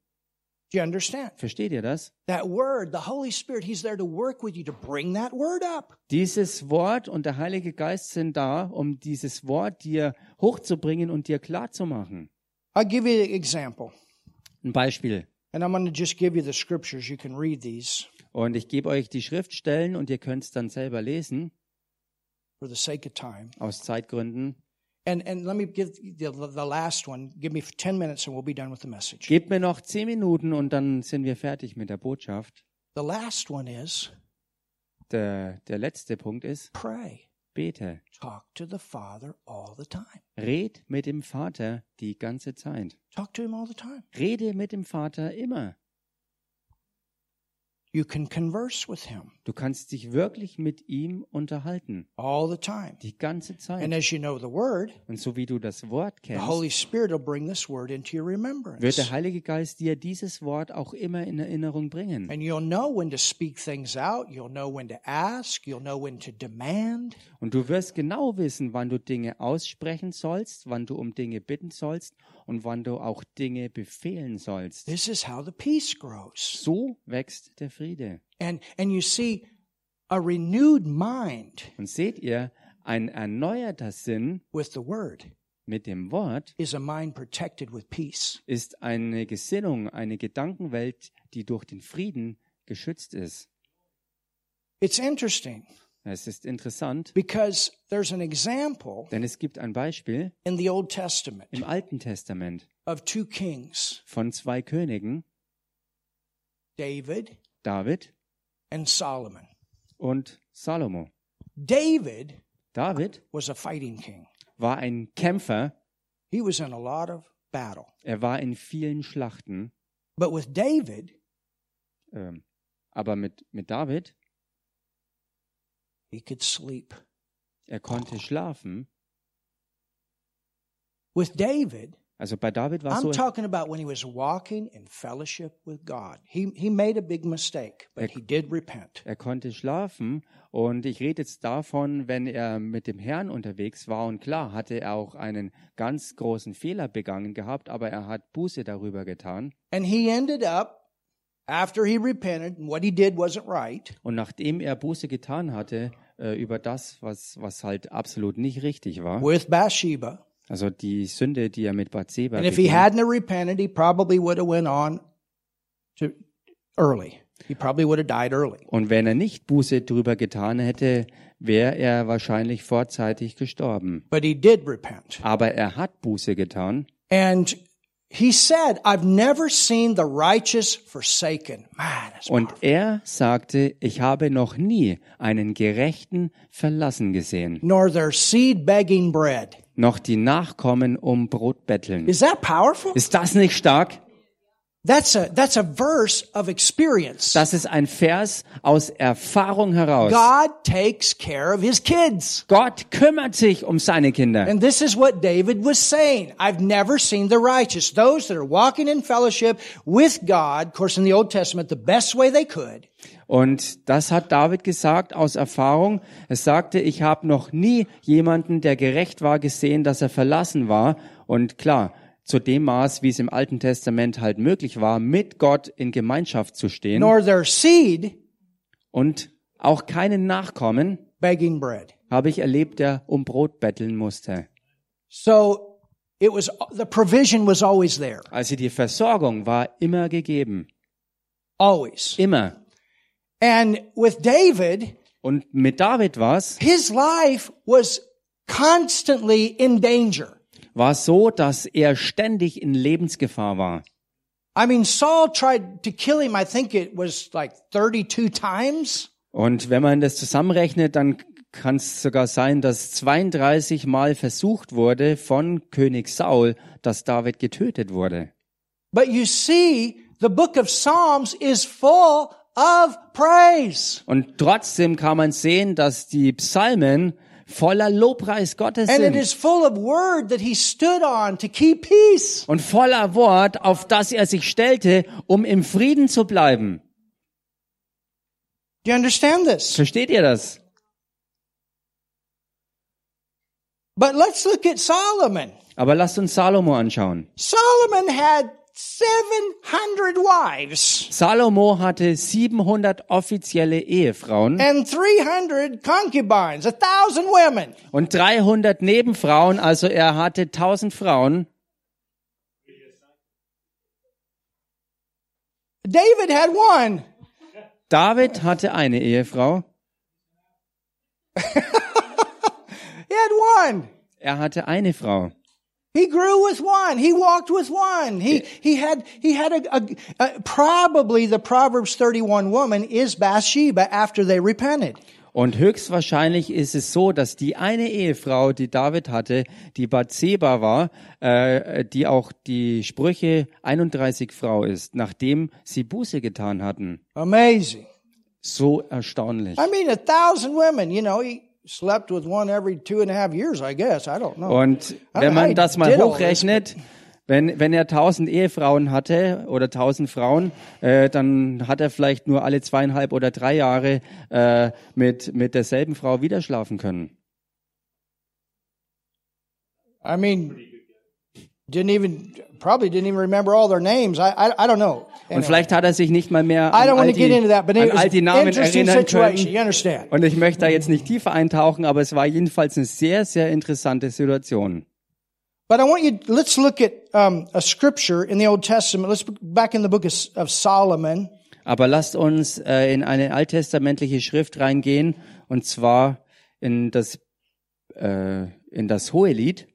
Do you understand? Versteht ihr das? That Word, the Holy Spirit, He's there to work with you to bring that Word up. Dieses Wort und der Heilige Geist sind da, um dieses Wort dir hochzubringen und dir klarzumachen. I'll give you an example. Ein Beispiel. And I'm going to just give you the scriptures. You can read these Und ich gebe euch die Schriftstellen und ihr könnt es dann selber lesen, for the sake of time. aus Zeitgründen. And, and let me give the, the last one. Give me 10 minutes and we'll be done with the message. Gebt mir noch zehn Minuten und dann sind wir fertig mit der Botschaft. The last one is Der, der letzte Punkt ist, pray. bete. Talk to the Father all the time. Red mit dem Vater die ganze Zeit. Talk to Him all the time. Rede mit dem Vater immer. You can converse with Him Du kannst dich wirklich mit ihm unterhalten. all the time. Die ganze And Zeit. as you know the Word, Und so wie du das Wort the kennst, Holy Spirit will bring this Word into your wird remembrance. der Heilige Geist dir dieses Wort auch immer in Erinnerung bringen. And you'll know when to speak things out. You'll know when to ask. You'll know when to demand. Und du wirst genau wissen, wann du Dinge aussprechen sollst, wann du um Dinge bitten sollst und wann du auch Dinge befehlen sollst. This is how the peace grows. So wächst der Friede. And, and you see, a renewed mind Und seht ihr, ein erneuerter Sinn with the Word mit dem Wort is a mind protected with peace. ist eine Gesinnung, eine Gedankenwelt, die durch den Frieden geschützt ist. It's interesting Es ist interessant, because there's an example denn es gibt ein Beispiel in the Old Testament. im Alten Testament of two kings, von zwei Königen, David David and Solomon. und Salomo. David David was a fighting king. war ein Kämpfer, He was in a lot of battle. er war in vielen Schlachten, But with David, ähm, aber mit, mit David, he could sleep. er konnte schlafen. With David, Also bei David war I'm es so, talking about when he was walking in fellowship with God. He, he made a big mistake, but he did repent. er konnte schlafen und ich rede jetzt davon, wenn er mit dem Herrn unterwegs war und klar hatte er auch einen ganz großen Fehler begangen gehabt, aber er hat Buße darüber getan. And he ended up, after he repented, and what he did wasn't right, Und nachdem er Buße getan hatte äh, über das, was, was halt absolut nicht richtig war, with Bathsheba. also die Sünde, die er mit Bathseba And if he begangen hadn't have repented, he probably would have went on to early. He probably would have died early. Und wenn er nicht Buße drüber getan hätte, wäre er wahrscheinlich vorzeitig gestorben. But he did repent. Aber er hat Buße getan. And he said, I've never seen the righteous forsaken. Man, that's Und er sagte, ich habe noch nie einen Gerechten verlassen gesehen, nor their seed begging bread. noch die Nachkommen um Brot betteln. Is that powerful? Ist das nicht stark? That's a, that's a verse of experience. Das ist ein Vers aus Erfahrung heraus. God takes care of his kids. Gott kümmert sich um seine Kinder. And this is what David was saying. I've never seen the righteous, those that are walking in fellowship with God, of course, in the Old Testament, the best way they could. Und das hat David gesagt aus Erfahrung. Er sagte, ich habe noch nie jemanden, der gerecht war, gesehen, dass er verlassen war. Und klar, zu dem Maß, wie es im Alten Testament halt möglich war, mit Gott in Gemeinschaft zu stehen Nor their seed und auch keinen Nachkommen begging bread. habe ich erlebt, der um Brot betteln musste. So it was, the provision was always there. Also die Versorgung war immer gegeben. Always. Immer. And with David, Und mit David war's, his life was constantly in danger. war es so, dass er ständig in Lebensgefahr war. I mean, Saul tried to kill him, I think it was like 32 times. Und wenn man das zusammenrechnet, dann kann es sogar sein, dass 32 Mal versucht wurde von König Saul, dass David getötet wurde. But you see, the book of Psalms is full of praise. Und trotzdem kann man sehen, dass die Psalmen voller Lobpreis Gottes And it sind is full of word that he stood on to keep peace. und voller Wort, auf das er sich stellte, um im Frieden zu bleiben. Do you understand this? Versteht ihr das? But let's look at Solomon. Aber lasst uns Salomo anschauen. Solomon had 700 wives Salomo hatte 700 offizielle Ehefrauen and 300 concubines, a thousand women. und 300 Nebenfrauen, also er hatte 1000 Frauen. David had one. David hatte eine Ehefrau, He had one. er hatte eine Frau. He grew with one. He walked with one. He, he had, he had a, a, a, probably the Proverbs 31 woman is Bathsheba after they repented. Und höchstwahrscheinlich ist es so, dass die eine Ehefrau, die David hatte, die Bathseba war, äh, die auch die Sprüche 31 Frau ist, nachdem sie Buße getan hatten. Amazing. So erstaunlich. I mean, a thousand women, you know, he slept with one every two and a half years, I guess. I don't know. Und wenn man das mal Ditto. hochrechnet, wenn, wenn er 1000 Ehefrauen hatte oder 1000 Frauen, äh, dann hat er vielleicht nur alle zweieinhalb oder drei Jahre äh, mit, mit derselben Frau wieder schlafen können. I mean, didn't even, probably didn't even remember all their names. I, I, I don't know. Und Anyway, vielleicht hat er sich nicht mal mehr Genau. I an don't want all to get die, into that, but an it was all die an Namen interesting erinnern situation. You können. understand? Und ich möchte da jetzt nicht tiefer eintauchen, aber es war jedenfalls eine sehr, sehr interessante Situation. But I want you, let's look at um, a scripture in the Old Testament. Let's look back in the book of, of Solomon. Aber lasst uns äh, in eine alttestamentliche Schrift reingehen und zwar in das äh, in das Hohelied,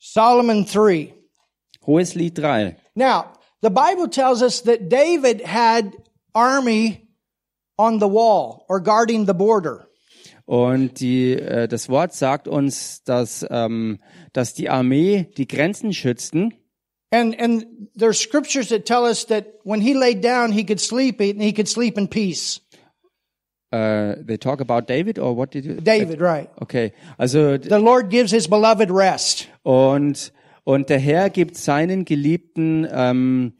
Solomon 3. Hohes Lied 3. Now, the Bible tells us that David had army on the wall or guarding the border. Und die äh, das Wort sagt uns, dass ähm, dass die Armee die Grenzen schützten And, and there's scriptures that tell us that when he laid down, he could sleep and he could sleep in peace. Äh, they talk about David or what did you David, right. Okay, also The Lord gives his beloved rest. und und der Herr gibt seinen Geliebten ähm,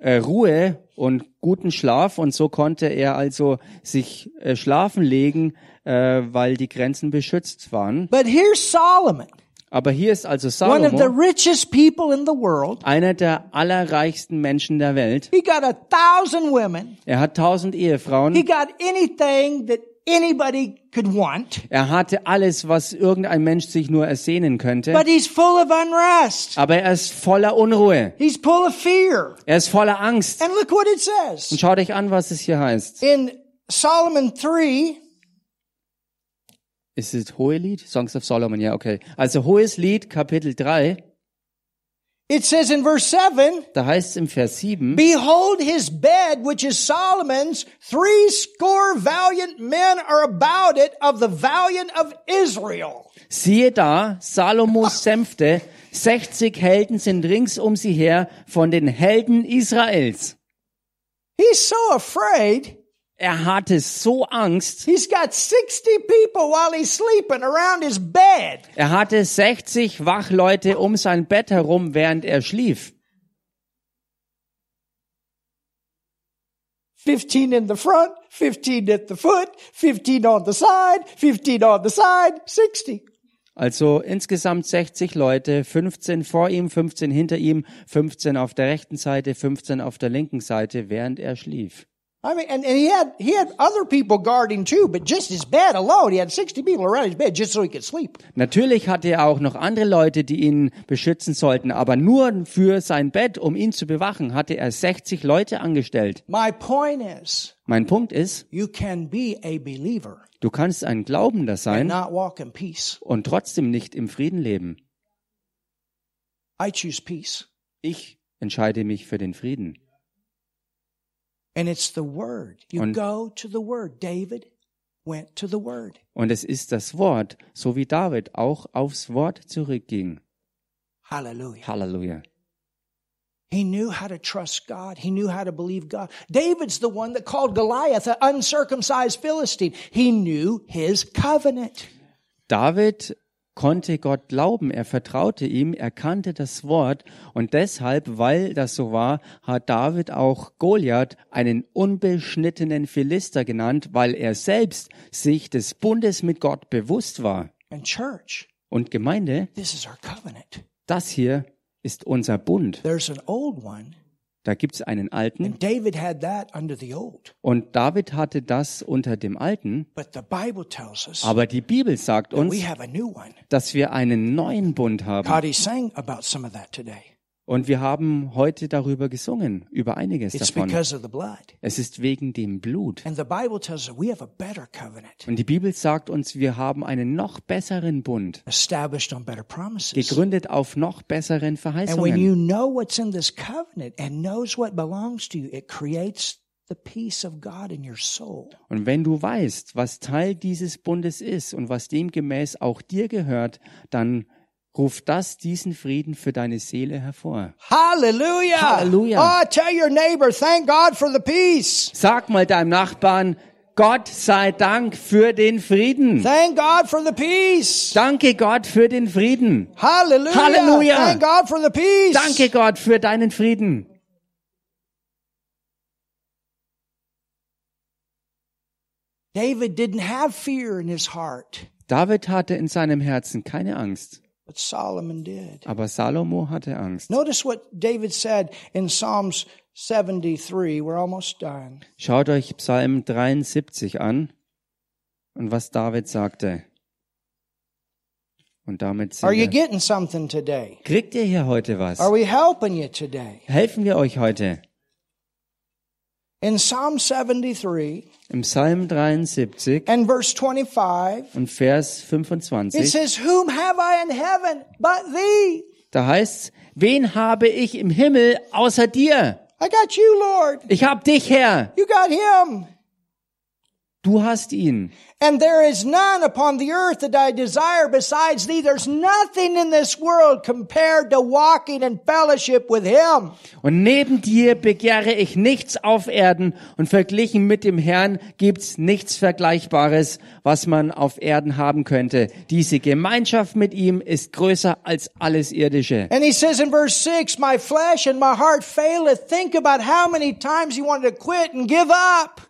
äh, Ruhe und guten Schlaf und so konnte er also sich äh, schlafen legen, äh, weil die Grenzen beschützt waren. But here's Solomon, Aber hier ist also one of the Salomo, richest people in the world. einer der allerreichsten Menschen der Welt. He got a thousand women. Er hat tausend He Ehefrauen. got anything that anybody could want. Er hatte alles, was irgendein Mensch sich nur ersehnen könnte. But he's full of unrest. Aber er ist voller Unruhe. He's full of fear. Er ist voller Angst. And look what it says. Schau dich an, was es hier heißt. In Solomon 3, Ist es Hohelied? Songs of Solomon, ja, okay. Also Hohes Lied, Kapitel 3, it says in verse 7, da heißt es im Vers 7, Behold his bed, which is Solomon's, three score valiant men are about it of the valiant of Israel. siehe da, Salomos Sänfte, 60 Helden sind rings um sie her von den Helden Israels. He's so afraid. Er hatte so Angst. He's got 60 people while he's sleeping around his bed. Er hatte 60 Wachleute um sein Bett herum, während er schlief. 15 in the front, 15 at the foot, 15 on the side, 15 on the side, 60. Also insgesamt 60 Leute, 15 vor ihm, 15 hinter ihm, 15 auf der rechten Seite, 15 auf der linken Seite, während er schlief. I mean, and, and he had, he had other people guarding too, but just his bed alone, he had 60 people around his bed just so he could sleep. Natürlich hatte er auch noch andere Leute, die ihn beschützen sollten, aber nur für sein Bett, um ihn zu bewachen, hatte er 60 Leute angestellt. My point is, Mein Punkt ist, you can be a believer du kannst ein Glaubender and sein not walk in peace. und trotzdem nicht im Frieden leben. I choose peace. Ich entscheide mich für den Frieden. And it's the word. You Und- go to the word. David went to the word. Und es ist das Wort, so wie David auch aufs Wort zurückging. Hallelujah. Halleluja. He knew how to trust God. He knew how to believe God. David's the one that called Goliath an uncircumcised Philistine. He knew his covenant. David konnte Gott glauben, er vertraute ihm, er kannte das Wort und deshalb, weil das so war, hat David auch Goliath einen unbeschnittenen Philister genannt, weil er selbst sich des Bundes mit Gott bewusst war. And church, Und Gemeinde, this is our covenant. das hier ist unser Bund. There's an old one, Da gibt's einen alten and David had that under the old. und David hatte das unter dem alten, But the Bible tells us aber die Bibel sagt we uns, have a new one. dass wir einen neuen Bund haben. Cody sang about some of that today. Und wir haben heute darüber gesungen, über einiges It's davon. because of the blood. Es ist wegen dem Blut. And the Bible tells us we have a better covenant Und die Bibel sagt uns, wir haben einen noch besseren Bund, established on better promises. gegründet auf noch besseren And when Verheißungen. you know what's in this covenant and knows what belongs to you, it creates the peace of God in your soul. Und wenn du weißt, was Teil dieses Bundes ist und was demgemäß auch dir gehört, dann ruft das diesen Frieden für deine Seele hervor. Hallelujah. Hallelujah. Oh, tell your neighbor, thank God for the peace. Sag mal deinem Nachbarn, Gott sei Dank für den Frieden. Thank God for the peace. Danke Gott für den Frieden. Hallelujah. Hallelujah. Thank God for the peace. Danke Gott für deinen Frieden. David didn't have fear in his heart, David hatte in seinem Herzen keine Angst, but Solomon did. aber Salomo hatte Angst. Notice what David said in Psalms 73. We're almost done. Schaut euch Psalm 73 an und was David sagte. Und damit sind Are you wir. getting something today? Kriegt ihr hier heute was? Are we helping you today? Helfen wir euch heute. In Psalm 73 Im Psalm 73 and verse 25, und Vers it 25, says, Whom have I in heaven but thee? da heißt's, wen habe ich im Himmel außer dir? I got you, Lord. Ich hab dich, Herr. You got him. Du hast ihn. And there is none upon the earth that I desire besides thee. There's nothing in this world compared to walking in fellowship with him. Und neben dir begehre ich nichts auf Erden und verglichen mit dem Herrn gibt's nichts Vergleichbares, was man auf Erden haben könnte. Diese Gemeinschaft mit ihm ist größer als alles Irdische. And he says in verse 6, My flesh and my heart faileth. Think about how many times he wanted to quit and give up.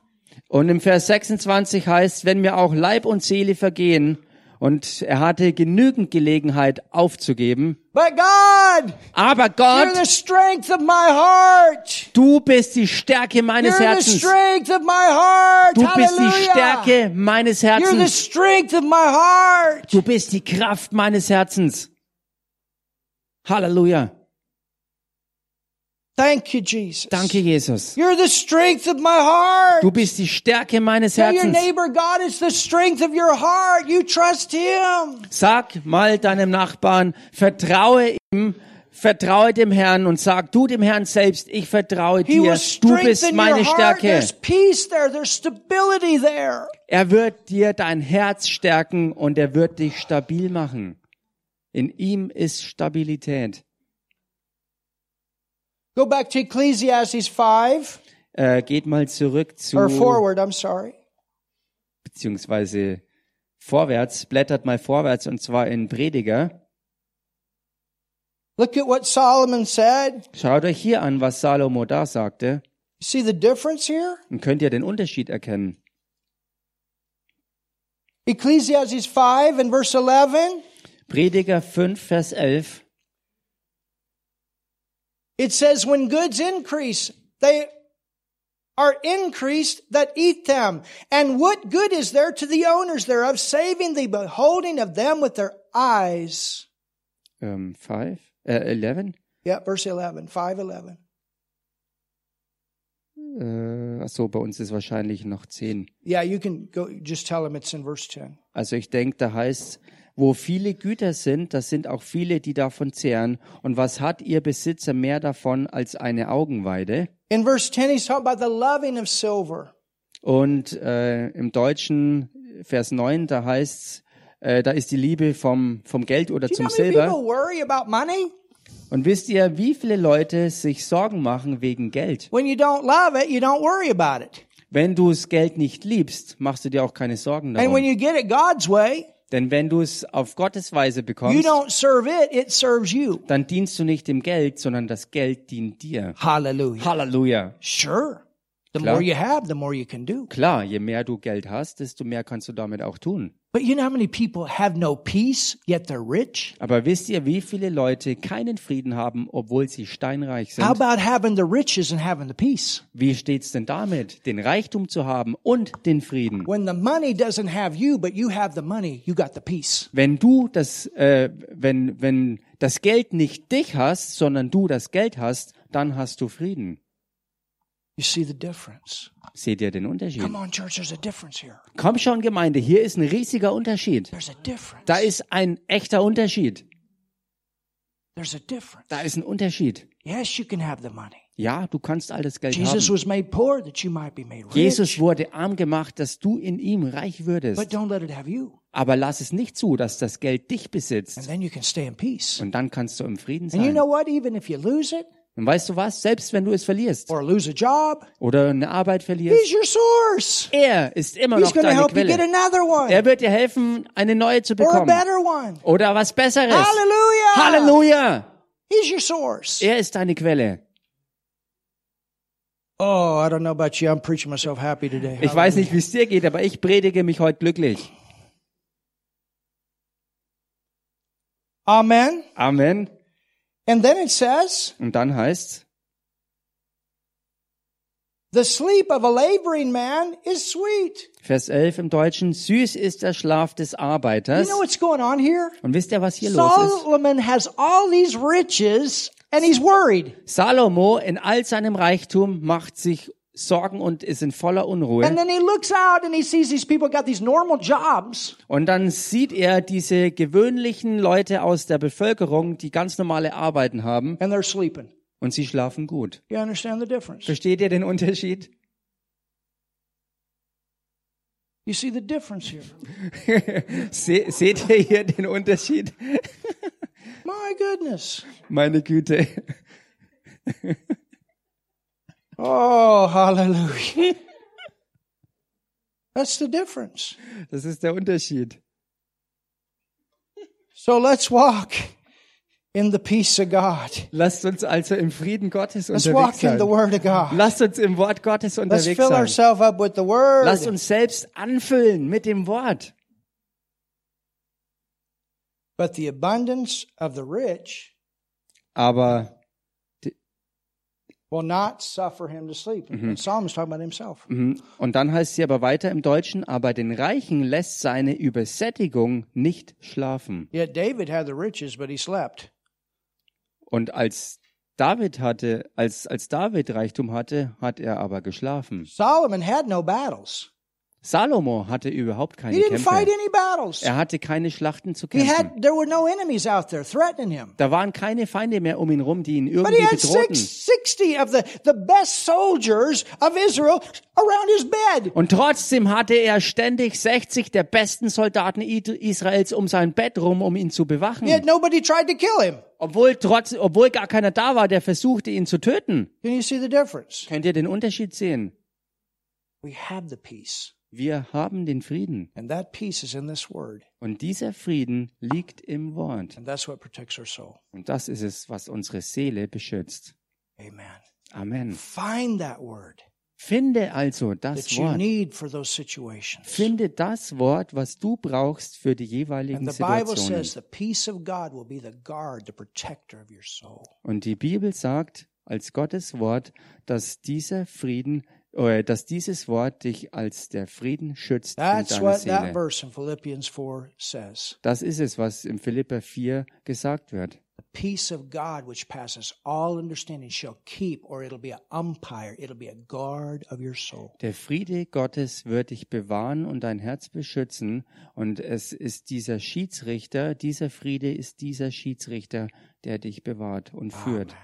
Und im Vers 26 heißt, wenn mir auch Leib und Seele vergehen, und er hatte genügend Gelegenheit aufzugeben, But God, you're aber the Gott, strength of my heart. du bist die Stärke meines You're the Herzens. strength of my heart. Du bist die Hallelujah. Stärke meines You're the Herzens. strength of my heart. Du bist die Kraft meines Herzens. Halleluja. Thank you, Jesus. Danke, Jesus. You're the strength of my heart. Du bist die Stärke meines Tell your Herzens. neighbor, God is the strength of your heart. You trust Him. Sag mal deinem Nachbarn, vertraue ihm, vertraue dem Herrn und sag du dem Herrn selbst, ich vertraue He dir. will Du strengthen bist your meine heart. Stärke. There's peace there. There's stability there. Er wird dir dein Herz stärken und er wird dich stabil machen. In ihm ist Stabilität. Go back to Ecclesiastes 5, Äh, geht mal zurück zu, or forward, I'm sorry. beziehungsweise vorwärts, blättert mal vorwärts und zwar in Prediger. Look at what Solomon said. Schaut euch hier an, was Salomo da sagte See the difference here? und könnt ihr den Unterschied erkennen. Ecclesiastes 5 and verse 11, Prediger 5, Vers 11. it says, When goods increase, they are increased that eat them. And what good is there to the owners thereof, saving the beholding of them with their eyes? ähm, 5, äh, 11, Yeah, verse 11, 5 11. äh, achso, bei uns ist wahrscheinlich noch 10. Yeah, you can go, just tell them it's in verse 10. Also ich denke, da heißt wo viele Güter sind, das sind auch viele, die davon zehren. Und was hat ihr Besitzer mehr davon als eine Augenweide? In verse 10, he's talking about the loving of silver. Und äh, im Deutschen Vers 9, da heißt's, äh, da ist die Liebe vom, vom Geld oder You know zum how many Silber. people worry about money? Und wisst ihr, wie viele Leute sich Sorgen machen wegen Geld? When you don't love it, you don't worry about it. Wenn du das Geld nicht liebst, machst du dir auch keine Sorgen And when darum. you get it God's way, Denn wenn du es auf Gottes Weise you bekommst, don't serve it, it serves you. dann dienst du nicht dem Geld, sondern das Geld dient dir. Hallelujah. Halleluja. Sure. The Klar. more you have, the more you can do. Klar, je mehr du Geld hast, desto mehr kannst du damit auch tun. But you know how many people have no peace, yet they're rich? Aber wisst ihr, wie viele Leute keinen Frieden haben, obwohl sie steinreich How sind? about having the riches and having the peace? Wie steht's denn damit, den Reichtum zu haben und den Frieden? When the money doesn't have you, but you have the money, you got the peace. Wenn du das, äh, wenn, wenn das Geld nicht dich hast, sondern du das Geld hast, dann hast du Frieden. You see the difference. Seht ihr den Unterschied? Come on, church, there's a difference here. Komm schon, Gemeinde, hier ist ein riesiger Unterschied. There's a difference. Da ist ein echter Unterschied. There's a difference. Da ist ein Unterschied. Yes, you can have the money. Ja, du kannst all das Geld Jesus haben. was made poor that you might be made rich. Jesus wurde arm gemacht, dass du in ihm reich But würdest. don't let it have you. Aber lass es nicht zu, dass das Geld dich And besitzt. then you can stay in peace. Und dann kannst du im Frieden And you sein. know what? Even if you lose it Und weißt du was? Selbst wenn du es verlierst or lose a job, oder eine Arbeit verlierst, he's your source. er ist immer He's noch going to deine help you get Quelle. another one Er wird dir helfen, eine neue zu or a bekommen. better one. Oder was Besseres. Hallelujah. Halleluja! He's your source. Er ist deine Quelle. Oh, I don't know about you. I'm preaching myself happy today. Ich weiß nicht, wie es dir geht, aber ich predige mich heute glücklich. Amen. Amen. And then it says, Und dann heißt's, the sleep of a laboring man is sweet. Vers 11 im Deutschen, süß ist der Schlaf des You Arbeiters. know what's going on here? Und wisst ihr, was hier los ist? Solomon has all these riches and he's worried. Salomo in all seinem Reichtum macht sich Sorgen und ist in voller And Unruhe. then he looks out and he sees these people got these normal jobs. Und dann sieht er diese gewöhnlichen Leute aus der Bevölkerung, die ganz normale Arbeiten haben and they're sleeping. und sie schlafen gut. You understand the difference? Versteht ihr den Unterschied? You see the difference here. Se seht ihr hier den Unterschied? My goodness. Meine Güte. Oh, hallelujah. That's the difference. Das ist der Unterschied. So let's walk in the peace of God. Lasst uns also im Frieden Gottes Let's walk unterwegs in the sein. Word of God. Lasst uns im Wort Gottes Let's unterwegs fill sein. ourselves up with the Word. Lasst uns selbst anfüllen mit dem Wort. But the abundance of the rich Aber will not suffer him to sleep. And Psalm is talking about himself. Mhm. Und dann heißt sie aber weiter im Deutschen, aber den Reichen lässt seine Übersättigung nicht schlafen. Yet David had the riches, but he slept. Und als David hatte, als, als David Reichtum hatte, hat er aber geschlafen. Solomon had no battles. Salomo hatte überhaupt keine He didn't fight Kämpfe. any battles. Er hatte keine Schlachten zu He kämpfen. had, there were no enemies out there threatening him. Da waren keine Feinde mehr um ihn rum, die ihn But he irgendwie had six, bedrohten. 60 of the, the best soldiers of Israel around his bed. Und trotzdem hatte er ständig 60 der besten Soldaten I- Israels um sein Bett rum, um ihn zu bewachen. Yet nobody tried to kill him. Obwohl trotz, obwohl gar keiner da war, der versuchte, ihn zu töten. Can you see the difference? Könnt ihr den Unterschied sehen? We have the peace. Wir haben den Frieden. And that peace is in this word. Und dieser Frieden liegt im Wort. And that's what protects our soul. Und das ist es, was unsere Seele beschützt. Amen. Amen. Find that word Finde also that das you Wort. need for those situations. Finde das Wort, was du brauchst für die jeweiligen And the Bible Situationen. says the peace of God will be the guard, the protector of your soul. Und die Bibel sagt als Gottes Wort, dass dieser Frieden, äh, dass dieses Wort dich als der Frieden schützt in That's deiner what that Seele. verse in Philippians 4 says. Das ist es, was im Philipper 4 gesagt wird. The peace of God, which passes all understanding, shall keep, or it'll be an umpire, it'll be a guard of your soul. Der Friede Gottes wird dich bewahren und dein Herz beschützen. Und es ist dieser Schiedsrichter, dieser Friede ist dieser Schiedsrichter, der dich bewahrt und führt.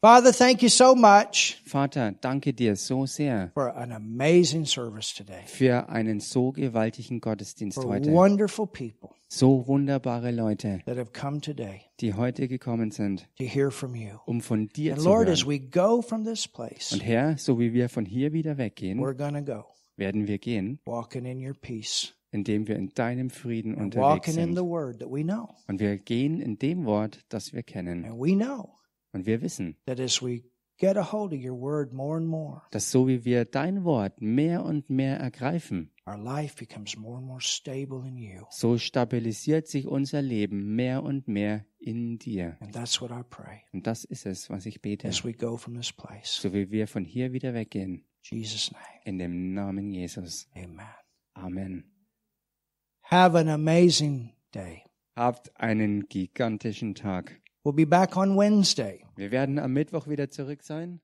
Father, thank you so much Vater, danke dir so sehr for an amazing service today. für einen so gewaltigen Gottesdienst For heute. wonderful people So wunderbare Leute, that have come today die heute gekommen sind, to hear from you. um von dir And zu Lord, as hören. we go from this place, Und Herr, so wie wir von hier wieder weggehen, we're going to go werden wir gehen, walking in your peace, indem wir in deinem Frieden unterwegs walking in the sind. word that we know. Und wir gehen in dem Wort, das wir kennen. And we know Und wir wissen, that as we get a hold of your word more and more, dass so wie wir dein Wort mehr und mehr ergreifen, our life becomes more and more stable in you. so stabilisiert sich unser Leben mehr und mehr in dir. And that's what I pray Und das ist es, was ich bete, as we go from this place. so wie wir von hier wieder weggehen. In Jesus' name, In dem Namen Jesus. amen. Amen. Have an amazing day. Habt einen gigantischen Tag. We'll be back on Wednesday. Wir werden am Mittwoch wieder zurück sein.